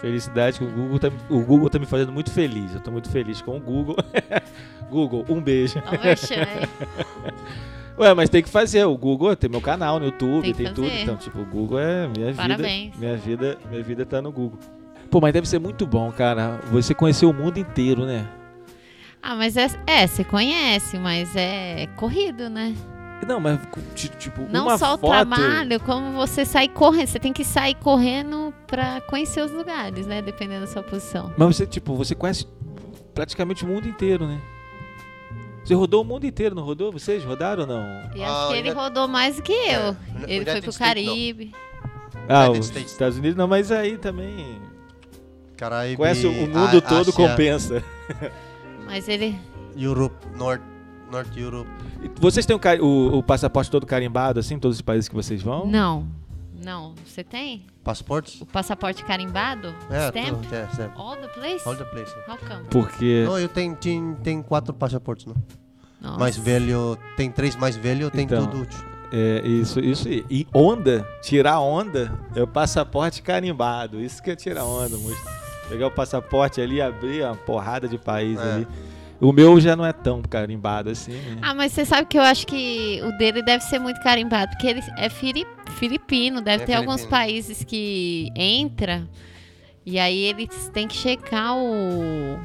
A: Felicidade que o Google tá, o Google tá me fazendo muito feliz. Eu tô muito feliz com o Google. Google, um beijo.
B: Ó, o merchan, hein?
A: Ué, mas tem que fazer. O Google tem meu canal no YouTube,
B: Tem
A: tem,
B: que
A: tudo.
B: fazer.
A: Então, tipo, o Google é minha
B: Parabéns.
A: vida. Minha vida, minha vida tá no Google. Pô, mas deve ser muito bom, cara. Você conheceu o mundo inteiro, né?
B: Ah, mas é, é, você conhece, mas é corrido, né?
A: Não, mas ti- tipo,
B: Não
A: uma
B: só o
A: foto...
B: trabalho, como você sai correndo. Você tem que sair correndo pra conhecer os lugares, né? Dependendo da sua posição.
A: Mas você, tipo, você conhece praticamente o mundo inteiro, né? Você rodou o mundo inteiro, não rodou? Vocês rodaram ou não?
B: E
C: Ah,
B: acho que ele
C: ainda-
B: rodou mais do que
C: É.
B: eu.
C: Yeah.
B: Ele foi
C: United
B: pro
C: States,
B: Caribe.
A: Ah,
C: United
A: os
C: States.
A: Estados Unidos não, mas aí também.
C: no Caribe,
A: Conhece o mundo
C: Á-
A: todo,
C: Ásia,
A: compensa.
B: Mas ele.
C: Europe, North, North Europe.
A: E Vocês têm o, cari- o- o passaporte todo carimbado, assim, em todos os países que vocês vão?
B: Não. Não. Você tem?
C: Passports?
B: O passaporte carimbado?
C: É,
B: Stamp?
C: tudo, é, stamp.
B: All the place?
C: All the places.
B: How come?
A: Porque.
C: Não, eu tenho, tinha- tem quatro passaportes, não?
B: Nossa.
C: Mais velho, tem três mais velho, tem
A: Então.
C: tudo útil.
A: É, isso, isso. aí. E onda, tirar onda, é o passaporte carimbado. Isso que é tirar onda, moço. Pegar o passaporte ali e abrir uma porrada de país
C: É.
A: ali. O meu já não é tão carimbado assim, né?
B: Ah, mas você sabe que eu acho que o dele deve ser muito carimbado, porque ele é fili- filipino, deve
C: É
B: ter alguns
C: filipino.
B: países que entra e aí eles têm que checar o,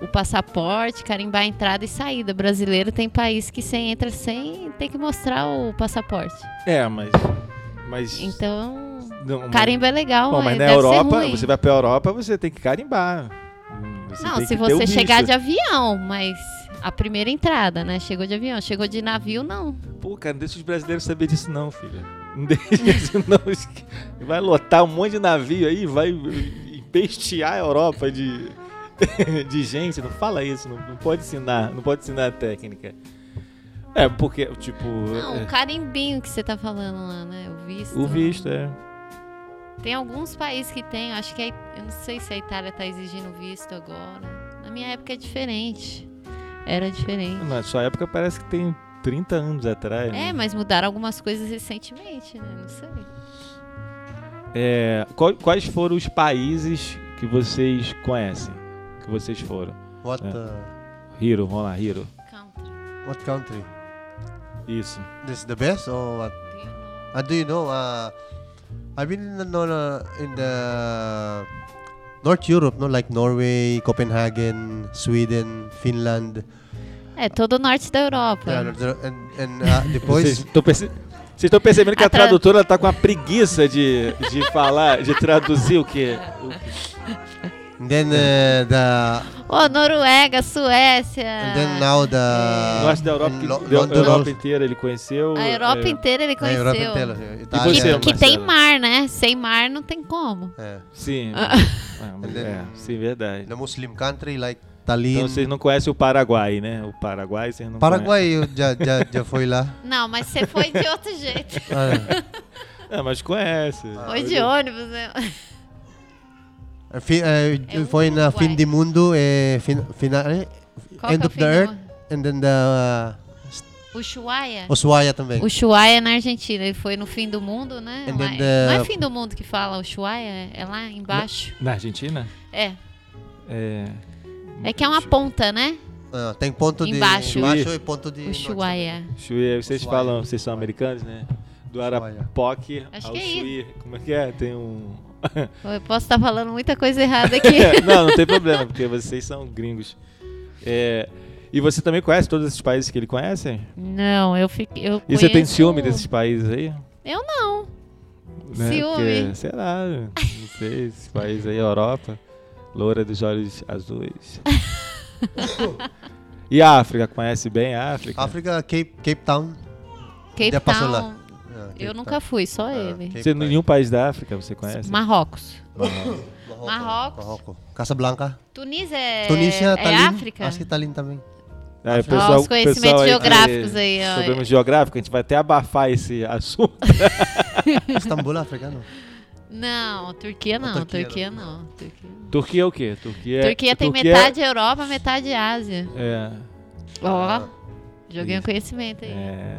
B: o passaporte, carimbar a entrada e saída. Brasileiro tem país que você entra sem ter que mostrar o passaporte.
A: É, mas. Mas.
B: Então,
A: não, mas-
B: carimbo é legal,
A: Bom,
B: mas,
A: mas na
B: deve
A: Europa,
B: ser ruim.
A: você vai pra Europa, você tem que carimbar. Hum, Você
B: Não,
A: tem
B: se
A: que ter o
B: você chegar
A: visto.
B: de avião, mas a primeira entrada, né? Chegou de avião, chegou de navio, não.
A: Pô, cara, não deixa os brasileiros saber disso não, filha. Não deixa isso não. Esque- Vai lotar um monte de navio aí, vai empestear a Europa de, de gente. Não fala isso, não, não pode ensinar, não pode ensinar a técnica. É, porque, tipo...
B: Não,
A: é,
B: o carimbinho que você tá falando lá, né? O visto.
A: o visto, é.
B: Tem alguns países que tem, eu acho que é, eu não sei se a Itália tá exigindo visto agora. Na minha época é diferente. Era diferente.
A: Na sua época parece que tem 30 anos atrás. né?
B: É, mas mudaram algumas coisas recentemente, né? Não sei.
A: É, qual- quais foram os países que vocês conhecem? Que vocês foram?
C: What,
A: É.
C: uh,
A: Hiro, vamos lá, Hiro.
B: Country.
C: what country?
A: Isso.
C: This is the best or what?
B: Do you know?
C: Uh, do you know? Uh, I've been in the, no- no- in the North Europe, no, like Norway, Copenhagen, Sweden, Finland.
B: É, todo o norte da Europa.
C: Yeah, the- and and uh, the
A: Vocês
C: boys.
A: estão perce- vocês estão percebendo que a,
B: A tra-
A: tradutora tá com a preguiça de, de falar, de traduzir o que?
C: And then uh, the
B: Ô, Noruega, Suécia.
C: and
B: Ah,
C: then now
A: O
C: the
A: norte da Europa,
C: in
A: que-
C: Lo-
A: da
C: London
A: Europa
C: also.
A: inteira ele conheceu.
B: A Europa
A: é,
B: inteira ele
C: Na
B: conheceu.
C: Europa inteira, é
A: Por
B: Que,
A: você,
C: Itália.
B: que tem
A: Marcelo.
B: mar, né? Sem mar não tem como.
C: É.
A: Sim.
B: Ah.
A: Ah, mas
C: Entendeu?
A: é, sim, verdade.
C: The Muslim country like Tallinn.
A: Então vocês não conhecem o Paraguai, né? O Paraguai vocês não
C: Paraguai, eu já, já, já foi lá.
B: Não, mas você foi de outro jeito.
C: Ah,
A: conhecem. É, mas conhece.
B: Foi de ônibus, né?
C: fi- eh,
B: É
C: foi na
B: Uruguai.
C: Fim de Mundo, eh, fin, final, eh,
B: Qual
C: End
B: que é o
C: of the
B: fim do
C: Earth,
B: mundo?
C: and then the uh,
B: Ushuaia?
C: Ushuaia também.
B: Ushuaia é na Argentina, ele foi no fim do mundo, né?
C: And
B: Lá-
C: then the-
B: Não é fim do mundo que fala Ushuaia, é lá embaixo.
A: Na Argentina?
B: É,
A: É.
B: é que é uma ponta, né?
C: Ah, tem ponto de
B: Embaixo.
C: baixo e ponto de norte.
B: Ushuaia.
A: Chuí, vocês
C: Ushuaia.
A: falam, vocês são americanos, né? Do Arapoque
B: Acho
A: ao
B: que é
A: Chuí. Como é que é? Tem um.
B: Eu posso estar falando muita coisa errada aqui.
A: É, não, não tem problema, porque vocês são gringos. É, e você também conhece todos esses países que ele conhece?
B: Não, eu fiquei. Eu
A: E você tem
B: conheço-
A: ciúme desses países aí?
B: Eu não.
A: né?
B: Ciúme.
A: Porque, sei lá, não sei, esse país aí, Europa, loura dos olhos azuis. e a África, conhece bem a África?
C: África, Cape, Cape Town.
B: Cape
C: Já passou
B: Town,
C: lá. Ah, Cape
B: Eu nunca fui, só ele.
C: Cape
A: Você,
C: Town.
A: nenhum país da África você conhece?
B: Marrocos.
C: Marrocos.
B: Marrocos.
C: Marrocos. Casablanca.
B: Tunísia é,
C: Tunísia,
B: é
C: Tallinn.
B: África?
C: Acho que Tallinn também.
A: É,
B: Ó, os conhecimentos
A: pessoal aí que-
B: geográficos aí, ó.
A: Problemas geográficos, a gente vai até abafar esse assunto.
C: Istambul, africano.
B: Não, Turquia não,
C: Turquia
B: Turquia, não. Turquia, não.
A: Turquia é o quê? Turquia,
B: Turquia tem metade Europa, metade Ásia.
A: É,
B: Ó,
C: Ah.
B: joguei um conhecimento aí.
A: é,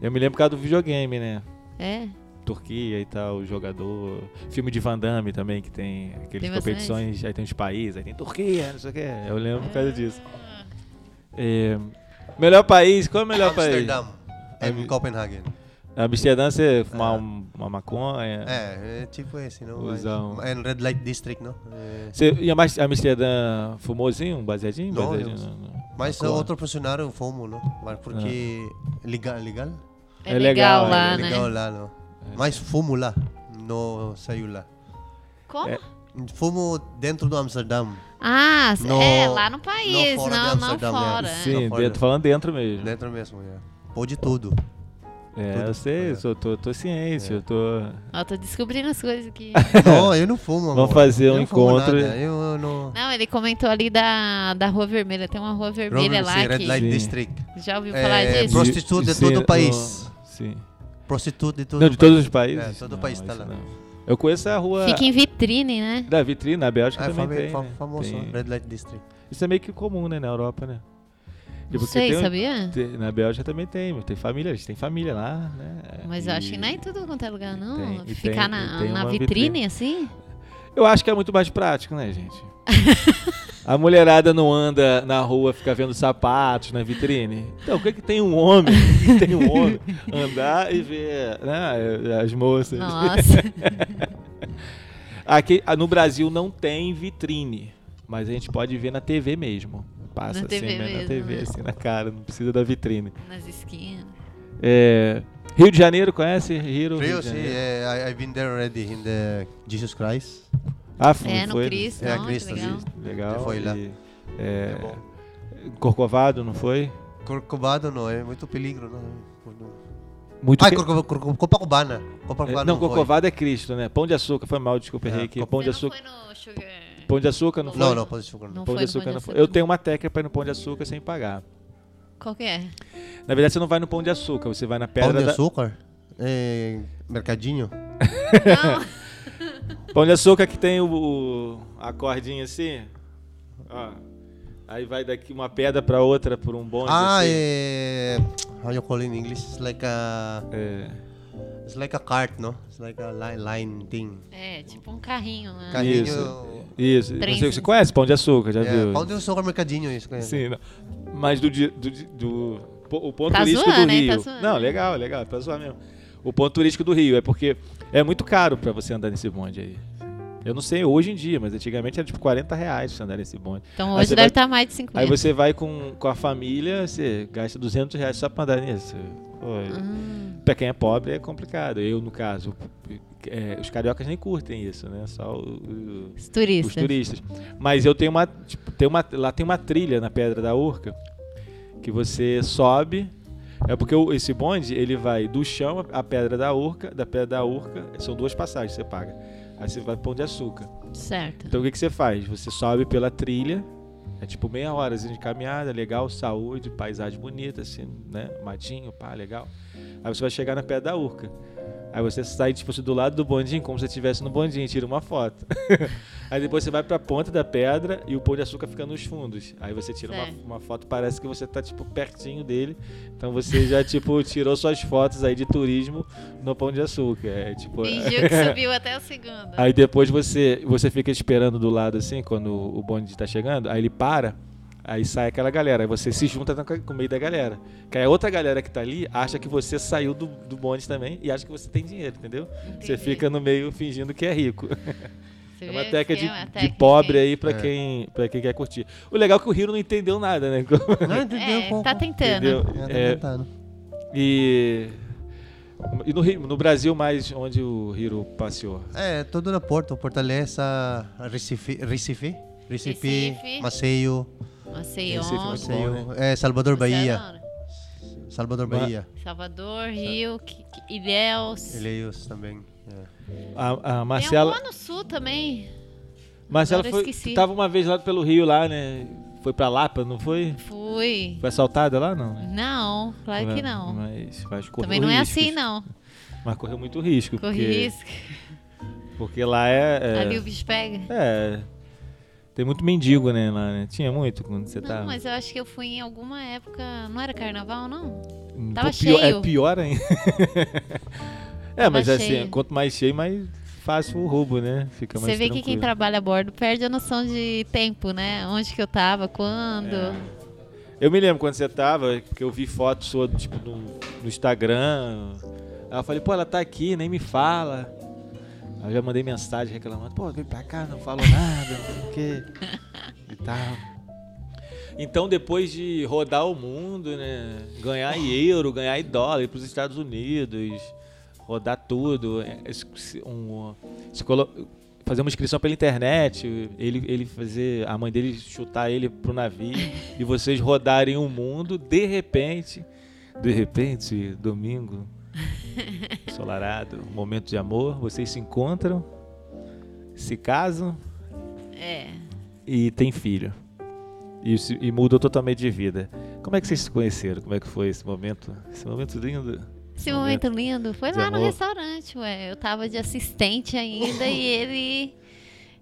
A: eu me lembro por causa do videogame, né?
B: É.
A: Turquia e tal, jogador. Filme de Van Damme também, que tem aqueles
B: Tem bastante.
A: competições, aí tem os países, aí tem Turquia, não sei o que. Eu lembro por causa disso.
B: Ah.
A: É, melhor país, qual é o melhor
C: Amsterdam. Em Copenhagen.
A: país? Amsterdã, você fumar um- uma maconha.
C: É, é tipo esse, não? Mas-
A: Usar um-
C: É em Red Light District, não? É,
A: Você em Amas- Amsterdã fumouzinho, um baseadinho?
C: Não,
A: baseadinho
C: eu-
A: não, não.
C: Mas
A: Maconha.
C: outro funcionário fumo, não? Mas porque legal, legal?
B: É,
A: É legal,
B: legal,
A: é
B: lá,
C: É
B: né?
C: legal lá, não? Mas fumo lá, não saiu lá.
B: Como?
A: É.
C: Fumo dentro do Amsterdã,
B: Ah,
C: No-
B: é, lá no país,
C: no fora
B: não,
C: de
B: não
C: Amsterdã,
B: fora.
C: né?
A: Sim,
C: Não, fora.
A: dentro, falando dentro mesmo.
C: dentro mesmo, é. Pode tudo.
A: É, eu sei, eu sou- tô, tô ciente,
C: É.
A: eu tô.
B: Ó, tô descobrindo as coisas aqui.
C: não, eu não fumo, amor.
A: Vamos fazer
C: Eu
A: um
C: não fumo
A: encontro.
C: nada, Eu não...
B: Não, ele comentou ali da, da Rua Vermelha. Tem uma Rua
A: é
B: Vermelha
C: Robert,
B: lá
C: sim, Red
B: que...
C: Light
A: Sim.
C: District.
B: Já ouviu
C: É,
B: falar disso?
C: pro- Prostituta de
A: Sim,
C: todo o
A: no-
C: país.
A: Sim.
C: Prostituta de todo
A: Não,
C: o
A: de
C: país.
A: todos os países?
C: É, todo o
A: Não,
C: país tá
A: isso
C: lá.
A: não. Eu conheço a rua
B: Fica em vitrine, né?
A: da vitrine, na Bélgica
C: É
A: também
C: fami-
A: tem,
C: fa-
A: né?
C: famoso,
A: Tem.
C: Red Light District.
A: Isso é meio que comum, né, na Europa, né? Porque
B: Não sei,
A: um-
B: sabia?
A: tem- na Bélgica também tem, tem família, a gente tem família lá, né?
B: Mas
A: E-
B: eu acho que não é em tudo quanto é lugar, não.
A: tem- e
B: Ficar
A: tem-
B: na,
A: e tem
B: na
A: uma
B: vitrine,
A: vitrine.
B: assim?
A: Eu acho que é muito mais prático, né, gente? a mulherada não anda na rua, fica vendo sapatos na vitrine. Então, o que que tem um homem, o que que tem um homem andar e ver, né, as moças?
B: Nossa.
A: Aqui, ah, no Brasil não tem vitrine, mas a gente pode ver na TV mesmo. Passa
B: Na
A: assim,
B: TV
A: né, na
B: mesmo,
A: TV,
B: né?
A: assim, na cara, não precisa da vitrine.
B: Nas esquinas.
A: É, Rio de Janeiro, conhece? Rio, Rio
C: Rio,
A: de
C: sim,
A: Janeiro.
C: é, I, I've been there already in the Jesus Christ.
A: Ah, fui,
B: É, no
A: foi,
B: Cristo,
C: É,
B: não, que
C: Cristo,
B: legal.
C: Cristo.
A: Legal.
C: Já foi lá.
A: e, é,
C: É bom.
A: Corcovado, não foi?
C: Corcovado não, é muito peligro, não.
A: Muito
C: Ah,
A: pe-
C: Corcovado, Corcovado, Copacabana.
A: É,
C: Copacabana
A: não,
C: foi.
A: Corcovado é Cristo, né? Pão de açúcar, foi mal, desculpa,
C: É,
A: errei aqui.
C: Copa-
A: Pão de
B: Você
A: açúcar.
B: não foi no Sugar...
A: Pão de açúcar não foi?
C: Não, não, pode chocar.
B: Não
A: Pão
B: foi
A: de
B: no
A: açúcar
B: Pão
A: não
B: de
A: foi.
B: Açúcar.
A: Eu tenho uma técnica pra ir no pão de açúcar sem pagar.
B: Qual que é?
A: Na verdade, você não vai no pão de açúcar, você vai na pedra
C: Pão de
A: da-
C: açúcar? É, mercadinho?
B: Não,
A: Pão de açúcar que tem o, o- a cordinha assim. Ó. Aí vai daqui uma pedra pra outra por um bonde
C: ah,
A: assim.
C: é... How you call it in English? It's like a...
A: É.
C: It's like a cart, no? It's like a li- line thing.
B: é tipo um carrinho, né?
C: Carrinho.
A: Isso. Isso. Não sei, você
B: Trenzinho.
A: conhece pão de açúcar, já
C: É,
A: viu?
C: pão de açúcar, mercadinho, isso. conhece?
A: Sim, não. Mas do, di- do, di- do- po- o ponto
B: Tá
A: turístico
B: zoando,
A: do
B: hein?
A: Rio.
B: Tá zoando.
A: Não, legal, legal, tá zoando mesmo. O ponto turístico do Rio é porque é muito caro pra você andar nesse bonde aí. Eu não sei hoje em dia, mas antigamente era tipo 40 reais pra você andar nesse bonde.
B: Então
A: Aí
B: hoje
A: você
B: deve
A: vai-
B: estar mais de 5 mil.
A: Aí você vai com, com a família, você gasta 200 reais só pra andar nisso. Pô,
B: Hum.
A: Pra quem é pobre é complicado. Eu, no caso, é, os cariocas nem curtem isso, né? Só o- o-
B: Os
A: os
B: turistas.
A: turistas. Mas eu tenho uma, tipo, tem uma. Lá tem uma trilha na Pedra da Urca que você sobe. É porque o- esse bonde ele vai do chão à Pedra da Urca, da Pedra da Urca, são duas passagens que você paga. Aí você vai pro Pão de Açúcar.
B: Certo.
A: Então o que, que você faz? Você sobe pela trilha É tipo meia hora de caminhada, legal, saúde, paisagem bonita, assim, né? Matinho, pá, legal. Aí você vai chegar na Pedra da Urca. Aí você sai, tipo, do lado do bondinho, como se você estivesse no bondinho, tira uma foto. Aí depois você vai pra ponta da pedra e o pão de açúcar fica nos fundos. Aí você tira uma,
B: Certo.
A: uma foto, parece que você tá, tipo, pertinho dele. Então você já, tipo, tirou suas fotos aí de turismo no pão de açúcar. É, tipo,
B: Fingiu que subiu até a segunda.
A: Aí depois você, você fica esperando do lado assim, quando o bonde tá chegando, aí ele para, aí sai aquela galera, aí você se junta na- com o meio da galera. Que aí a outra galera que tá ali acha que você saiu do, do bonde também e acha que você tem dinheiro, entendeu? Você
B: Entendi.
A: fica no meio fingindo que é rico.
B: Você
A: é uma
B: vê?
A: técnica
B: Sim,
A: de,
B: é uma
A: de
B: técnica,
A: pobre
B: hein?
A: aí pra,
C: É.
A: quem, pra quem quer curtir. O legal é que o Hiro não entendeu nada, né?
C: Ah, entendeu?
B: É,
C: Pô,
B: tá
C: pô.
B: tentando.
A: entendeu?
C: É, tá
A: É,
C: tentando.
A: e e no, Rio- no Brasil mais onde o Hiro passeou?
C: É, tudo na Porto, Fortaleza, Recife, Recife, Recife,
B: Recife.
C: Maceió,
B: Maceió,
A: Recife, Maceió,
C: Maceió,
A: né?
C: é, Salvador, Bahia,
B: Barcelona,
C: Salvador,
A: Ba-
C: Bahia,
B: Salvador, Rio, Qui- Qui- Ilhéus.
C: Ilhéus também. é.
A: A, a
B: Tem
A: é Marcela.
B: alguma no sul também.
A: Marcela
B: Agora eu
A: foi,
B: esqueci.
A: tu tava uma vez lá pelo Rio lá, né? Foi pra Lapa, não foi?
B: Fui.
A: Foi assaltada lá, não? né?
B: Não, claro que não.
A: Mas, mas correu
B: Também não é
A: riscos.
B: assim, não.
A: Mas correu muito risco.
B: Corri
A: porque,
B: risco.
A: Porque lá é... é-
B: Ali o bicho pega.
A: É... Tem muito mendigo, né, lá, né? Tinha muito quando você
B: Não,
A: tava...
B: mas eu acho que eu fui em alguma época. Não era carnaval, não?
A: Pô,
B: tava
A: pior-
B: cheio.
A: É pior ainda. é, mas
B: Tava
A: assim,
B: cheio.
A: quanto mais cheio, mais fácil o roubo, né? Fica mais
B: Você vê que quem
A: tranquilo.
B: trabalha a bordo perde a noção de tempo, né? Onde que eu tava, quando.
A: É. Eu me lembro quando você tava, que eu vi foto sua tipo, no, no Instagram. Aí eu falei, pô, ela tá aqui, nem me fala. Aí eu já mandei mensagem reclamando, pô, vem pra cá, não falou nada, não sei o quê. E tal. Então, depois de rodar o mundo, né? Ganhar em euro, ganhar em dólar, ir pros Estados Unidos, rodar tudo, é, es- se- um, se colo- fazer uma inscrição pela internet, ele, ele fazer. A mãe dele chutar ele pro navio e vocês rodarem o mundo, de repente. De repente, domingo, ensolarado, um momento de amor, vocês se encontram, se casam
B: É.
A: e tem filho. E, se- e mudou totalmente de vida. Como é que vocês se conheceram? Como é que foi esse momento? Esse momento lindo.
B: Esse
A: Momento.
B: momento lindo foi
A: De
B: lá no
A: amor.
B: restaurante, ué. Eu tava de assistente ainda e ele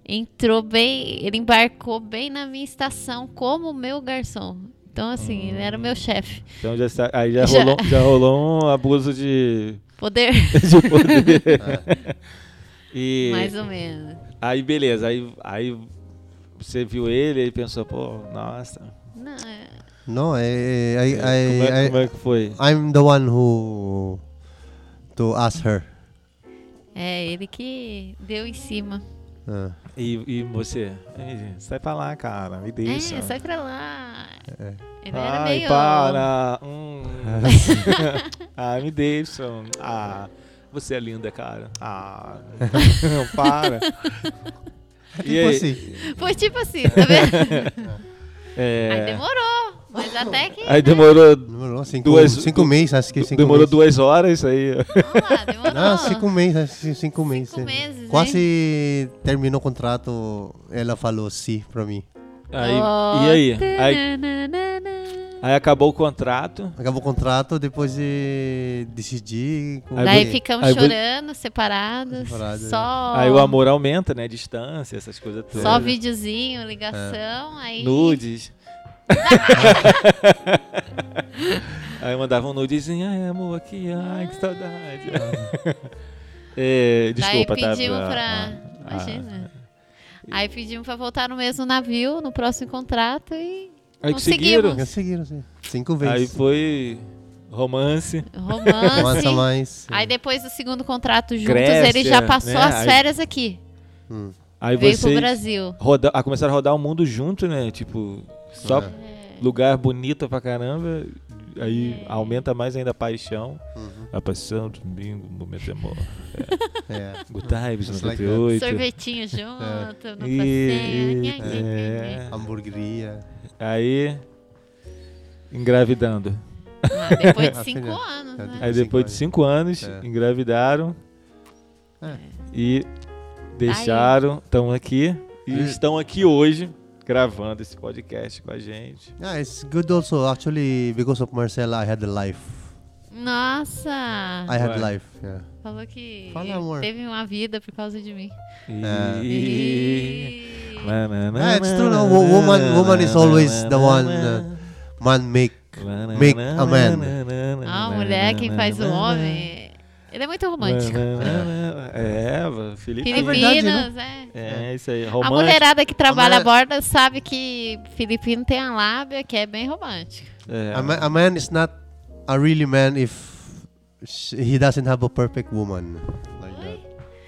B: entrou bem, ele embarcou bem na minha estação como meu garçom. Então, assim, ele era o meu chefe.
A: Então já, sa- aí já
B: Já.
A: rolou, já rolou um abuso de,
B: Poder,
A: de poder. e
B: mais ou menos.
A: aí beleza, aí, aí você viu ele e pensou, pô, nossa.
C: No,
B: Não, é-
C: I, I,
A: como,
C: I,
A: é,
C: I,
A: como é que foi?
C: I'm the one who to ask her.
B: é ele que deu em cima.
C: Ah,
A: E, e você? "Ei, Sai pra lá, cara, me deixa.
B: É, sai pra lá. Ele era
A: É. Ai,
B: meio.
A: para. Hum. Ai, me deixa. Ah, você é linda, cara. Ah, não para.
C: tipo
A: E aí?
C: assim.
B: Foi tipo assim, tá vendo? Aí
A: É,
B: demorou, mas até que.
A: aí demorou,
C: Demorou cinco,
A: Duas-
C: cinco
A: du-
C: meses, acho que cinco
A: demorou
C: meses.
A: duas horas isso aí.
B: Vamos lá, demorou.
C: Ah,
A: um-
C: cinco meses, acho que cinco meses. é.
B: Cinco meses,
C: Quase terminou o contrato, ela falou sim pra mim.
A: Aí,
B: Oh,
A: e aí? aí?
B: tananana.
A: Aí acabou o contrato.
C: Acabou o contrato, depois de decidi. com-
A: Aí
B: Daí
A: vo-
B: ficamos
A: aí vo-
B: chorando, separados.
C: Separados,
B: só
A: Aí o amor aumenta, né? Distância, essas coisas todas.
B: só videozinho, ligação,
A: É.
B: aí
A: Nudes. Aí mandava um nudezinho, ai amor, aqui, ai que saudade. É, desculpa,
B: Ah. daí
A: tá?
B: pedimos
A: Ah,
B: pra.
A: ah,
B: imagina. Aí pedimos pra voltar no mesmo navio, no próximo contrato
A: ah.
B: e
A: Aí
B: Conseguimos.
A: conseguiram.
C: Elas seguiram, sim. Cinco
A: Aí
C: vezes.
A: foi romance.
C: Avança
B: romance.
C: mais.
B: Aí depois do segundo contrato juntos,
A: Grécia,
B: ele já passou
A: né?
B: as
A: Aí
B: férias aqui.
C: Hum.
A: Aí
B: veio pro
A: vocês
B: Brasil.
A: roda, ah, começaram a rodar o mundo junto, né? Tipo, só
C: É.
A: lugar bonito pra caramba. Aí aumenta mais ainda a paixão.
C: Uhum.
A: A paixão, domingo, momento de amor.
C: É.
A: Good times,
C: Just like
A: 98.
B: Sorvetinho junto, no
A: E-
B: passeio.
A: e-
B: nhan, nhan, nhan, nhan.
A: é.
C: Hamburgueria.
A: Aí. Engravidando.
B: Ah, Depois de
C: Ah,
B: cinco
C: filha.
B: anos,
C: É,
B: né?
A: Aí
C: Cinco
A: depois de
C: anos.
A: cinco anos,
C: É.
A: engravidaram.
C: É.
A: E deixaram. Estão aqui. E
C: Hum.
A: estão aqui hoje. gravando esse podcast com a gente.
C: Yeah, Ah, it's good also. Actually, because of Marcela, I had a life.
B: Nossa!
C: I had
A: Right.
C: life. Yeah.
B: Falou que
C: Fala, amor.
B: teve uma vida por causa de mim.
C: É.
A: E...
C: Yeah, it's true. No, Wo- woman, woman is always the one uh, man make. Make a man.
B: Ah, a mulher, quem faz o homem. Ele é muito romântico.
A: É, Felipe.
C: É verdade,
B: Filipinas, é.
A: É, isso aí.
B: A
A: Romântico.
B: mulherada que trabalha
C: A
B: a
C: mulher-
B: borda sabe que Filipino tem a lábia que é bem romântica.
A: É.
C: A, ma- a man is not a really man if sh- he doesn't have a perfect woman. Like that.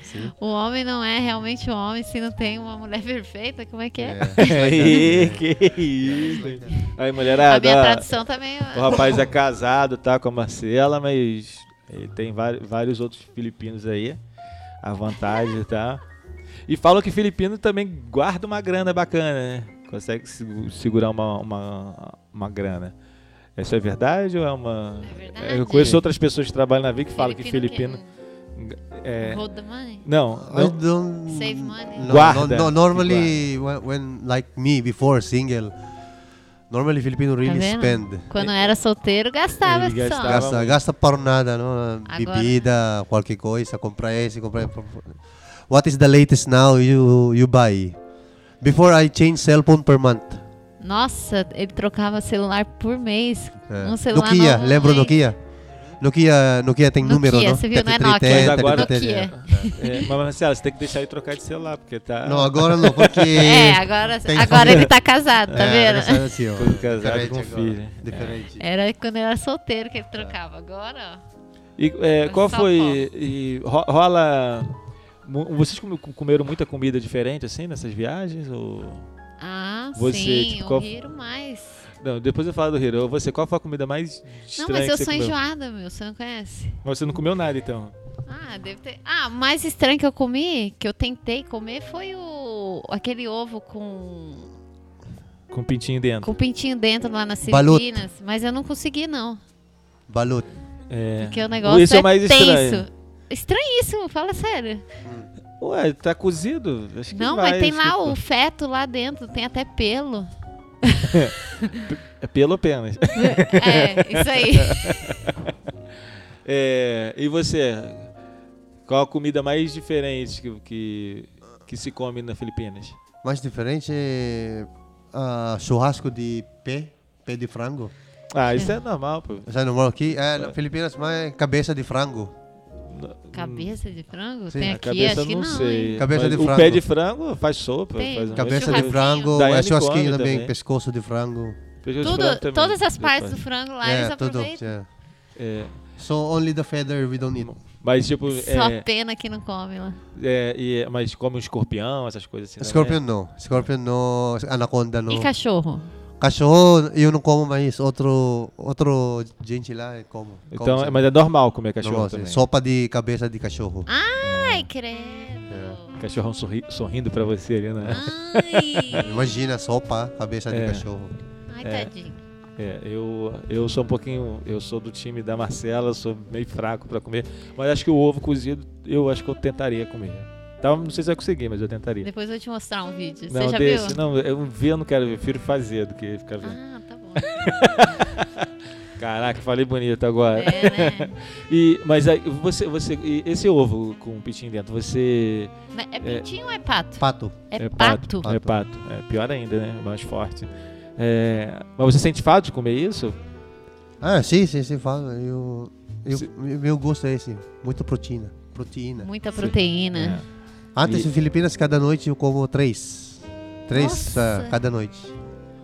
C: See?
B: O homem não é realmente um homem se não tem uma mulher perfeita, como é que é?
C: Yeah.
A: Ih, que isso. Aí,
B: A
A: mulherada.
B: minha
A: ó,
B: tradução também
A: É, O rapaz é casado, tá? Com a Marcela, mas ele tem vari- vários outros filipinos aí. A vantagem, tá? E falam que filipino também guarda uma grana bacana, né? Consegue segu- segurar uma, uma, uma grana. Isso é verdade ou é uma.
B: É verdade.
A: Eu conheço outras pessoas que trabalham na VIC que falam que
B: Filipino
A: filipino.
B: que-
A: É...
B: Hold the money.
A: Não,
C: I
A: não.
C: don't
B: Save money.
C: No,
A: Guarda.
C: No, no, normally when, when like me before single, normally Filipino
B: Tá
C: really
B: vendo?
C: spend.
B: Quando era solteiro, gastava
A: Ele
B: esse
A: gastava.
B: som.
A: Tava-
C: Gasta, gasta para nada, no?
B: Agora-
C: Bebida, qualquer coisa, compra esse, compra. What is the latest now you you buy? Before I change cell phone per month.
B: Nossa, ele trocava celular por mês.
C: É.
B: Um celular
C: Nokia,
B: novo,
C: lembro
B: hein?
C: Nokia. Nokia, Nokia tem
B: Nokia,
C: número, não?
B: você viu, não é
C: 33,
B: Nokia.
A: Mas agora-
C: 33, é.
B: Nokia.
A: É, mas Marcela, você tem que deixar ele trocar de celular, porque tá.
C: Não, agora não, porque
B: É, agora,
C: Tem
B: agora
C: família.
B: ele tá casado, tá
C: É,
B: vendo? É.
C: agora assim, ó,
A: Tô casado com
C: diferente agora,
A: filho.
C: Diferente.
B: Era quando era solteiro que ele trocava. Agora, ó.
A: E é, qual
B: Só
A: foi. e ro- rola. mu- Vocês come- comeram muita comida diferente assim nessas viagens? Ou...
B: Ah,
A: Você,
B: sim,
A: tipo,
B: eu
A: qual-
B: riro mais.
A: Não, depois eu falo do Hiro. Você, qual foi a comida mais
B: Não,
A: estranha
B: mas
A: que
B: eu
A: você
B: sou
A: comeu?
B: enjoada, meu. Você não conhece?
A: Mas você não comeu nada então?
B: Ah, deve ter. Ah, o mais estranho que eu comi, que eu tentei comer, foi o aquele ovo com
A: Com um pintinho dentro.
B: com pintinho dentro lá nas
C: Baluto.
B: Filipinas, mas eu não consegui não,
C: Balut.
A: É.
B: porque o negócio
A: Isso é
B: é,
A: o mais
B: tenso.
A: estranho.
B: Estranhíssimo, fala sério.
A: Ué, tá cozido? Acho que
B: não,
A: vai, tipo,
B: mas tem
A: acho
B: lá
A: que-
B: o feto lá dentro, tem até pelo.
A: É pelo apenas.
B: é, isso aí.
A: É, e você? Qual a comida mais diferente que, que, que se come nas Filipinas?
C: Mais diferente é ah, churrasco de pé, pé de frango.
A: Ah, isso é normal, pô.
C: Você não mora aqui?
A: Tá.
C: É, na Filipinas, mas cabeça de frango.
B: Cabeça de frango?
C: Sim,
B: tem
A: Hum. A
B: aqui,
A: cabeça
B: acho que
A: não,
B: não.
A: sei.
B: hein?
C: Cabeça
A: Mas
C: de
A: O
C: frango.
A: pé de frango faz sopa.
B: Tem.
A: Faz um
C: Cabeça de
B: Churrasquinho.
C: frango,
A: Daiane
C: é churrasquinho
A: come
C: também,
A: também.
C: pescoço de frango.
A: Peixe de frango
B: Tudo,
A: também,
B: todas as partes do
A: depois.
B: frango lá eles
C: é, tudo.
B: aproveitam.
C: yeah.
A: É,
C: So only the feather we don't eat.
A: mas tipo,
B: Só
A: é,
B: pena que não come lá.
A: é, e é- mas come um escorpião, essas coisas assim.
C: Scorpion no. Scorpion no. Anaconda no.
B: E cachorro?
C: Cachorro eu não como mais. Outro, outro gente lá eu como.
A: também.
C: como
A: Então,
C: sempre.
A: é- mas é normal comer cachorro
C: Não,
A: também.
C: Sopa de cabeça de cachorro.
B: Ai,
A: É.
B: credo.
A: Cachorrão sorri- sorrindo pra você ali, né?
B: Ah. Ai.
C: Imagina, sopa, cabeça
A: É.
C: de cachorro.
B: Ai,
A: É.
B: tadinho.
A: É, eu, eu sou um pouquinho. Eu sou do time da Marcela, sou meio fraco pra comer. Mas acho que o ovo cozido, eu acho que eu tentaria comer. Tá, não sei se vai conseguir, mas eu tentaria.
B: Depois eu vou te mostrar um vídeo.
A: É. não,
B: Você já
A: desse,
B: viu?
A: não, eu ver eu não quero ver, eu prefiro fazer do que ficar vendo.
B: Ah, tá bom. Ah.
A: Caraca, falei bonito agora.
B: É, né?
A: E, mas aí, você, você, e esse ovo com pitinho dentro, você
B: Mas É pintinho ou é pato?
C: Pato.
B: É,
A: pato,
B: pato.
A: É pato. É pior ainda, né? Mais forte. É, mas você sente falta de comer isso?
C: Ah, sim, sim, sim, fala. Eu, eu,
A: Sim.
C: meu meu gosto é esse. Muita proteína. Proteína.
B: Muita proteína.
A: É.
C: Antes
A: E-
C: em Filipinas, cada noite eu como três. Três ah,
B: Nossa.
C: cada noite.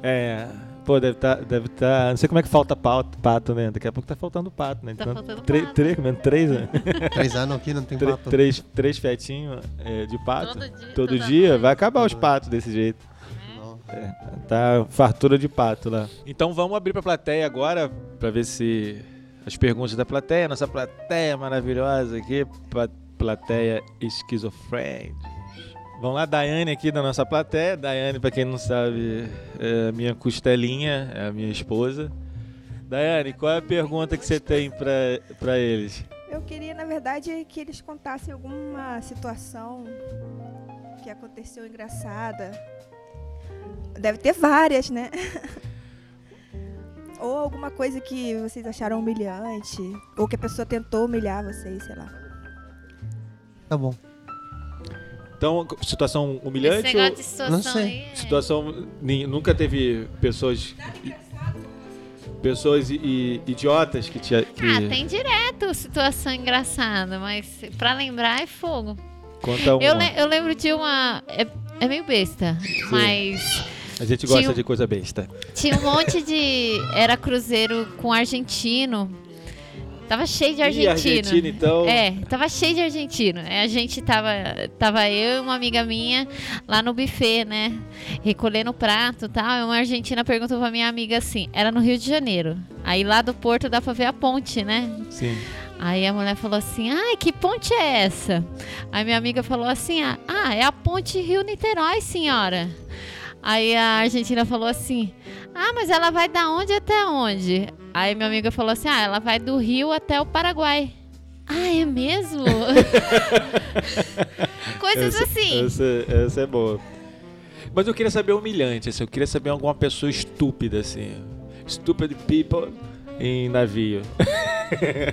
A: É, Pô, deve estar. deve tá, não sei como é que falta pato, pato, né? Daqui a pouco tá faltando pato, né?
B: Tá faltando
A: tre-
B: pato.
A: tre- comendo três, né?
C: Três anos aqui não tem
A: Tre-
C: pato.
A: três, três fetinhos é, de pato.
B: Todo dia, tá
A: Todo
B: toda
A: dia né?
B: noite.
A: vai acabar os patos desse jeito.
C: Não.
A: É, tá fartura de pato lá. Então vamos abrir pra plateia agora pra ver se as perguntas da plateia, nossa plateia maravilhosa aqui, pla- plateia esquizofrênica. Vamos lá, Daiane aqui da nossa plateia. Daiane, pra quem não sabe, é a minha costelinha, é a minha esposa. Daiane, qual é a pergunta que você tem pra, pra eles?
D: Eu queria, na verdade, que eles contassem alguma situação que aconteceu engraçada Deve ter várias, né? ou alguma coisa que vocês acharam humilhante, ou que a pessoa tentou humilhar vocês, sei lá.
C: Tá bom.
A: Então, situação
B: Esse
A: humilhante
B: negócio
A: ou
B: de situação
C: Não sei.
B: aí é-
A: situação... nin- Nunca teve pessoas... Pessoas i- i- idiotas que te... Que...
B: Ah, tem direto situação engraçada, mas pra lembrar é fogo.
A: Conta uma.
B: Eu, le- eu lembro de uma. É, é meio besta, mas
A: A gente gosta
B: Tinha um-
A: de coisa besta.
B: tinha um monte de. Era cruzeiro com argentino. Tava cheio de
A: E
B: argentino.
A: Argentina, então...
B: É, tava cheio de argentino. É, A gente tava, tava eu e uma amiga minha lá no buffet, né? Recolhendo o prato e tal. E uma argentina perguntou pra minha amiga assim: era no Rio de Janeiro. Aí lá do porto dá pra ver a ponte, né?
A: Sim.
B: Aí a mulher falou assim: ai, que ponte é essa? Aí minha amiga falou assim: "Ah, ah, é a ponte Rio-Niterói, senhora. Aí a Argentina falou assim: ah, mas ela vai da onde até onde? Aí minha amiga falou assim: ah, ela vai do Rio até o Paraguai. Ah, é mesmo? Coisas
A: Essa-
B: assim.
A: Essa, essa é boa. Mas eu queria saber humilhante, assim, eu queria saber alguma pessoa estúpida, assim. Stupid people em navio.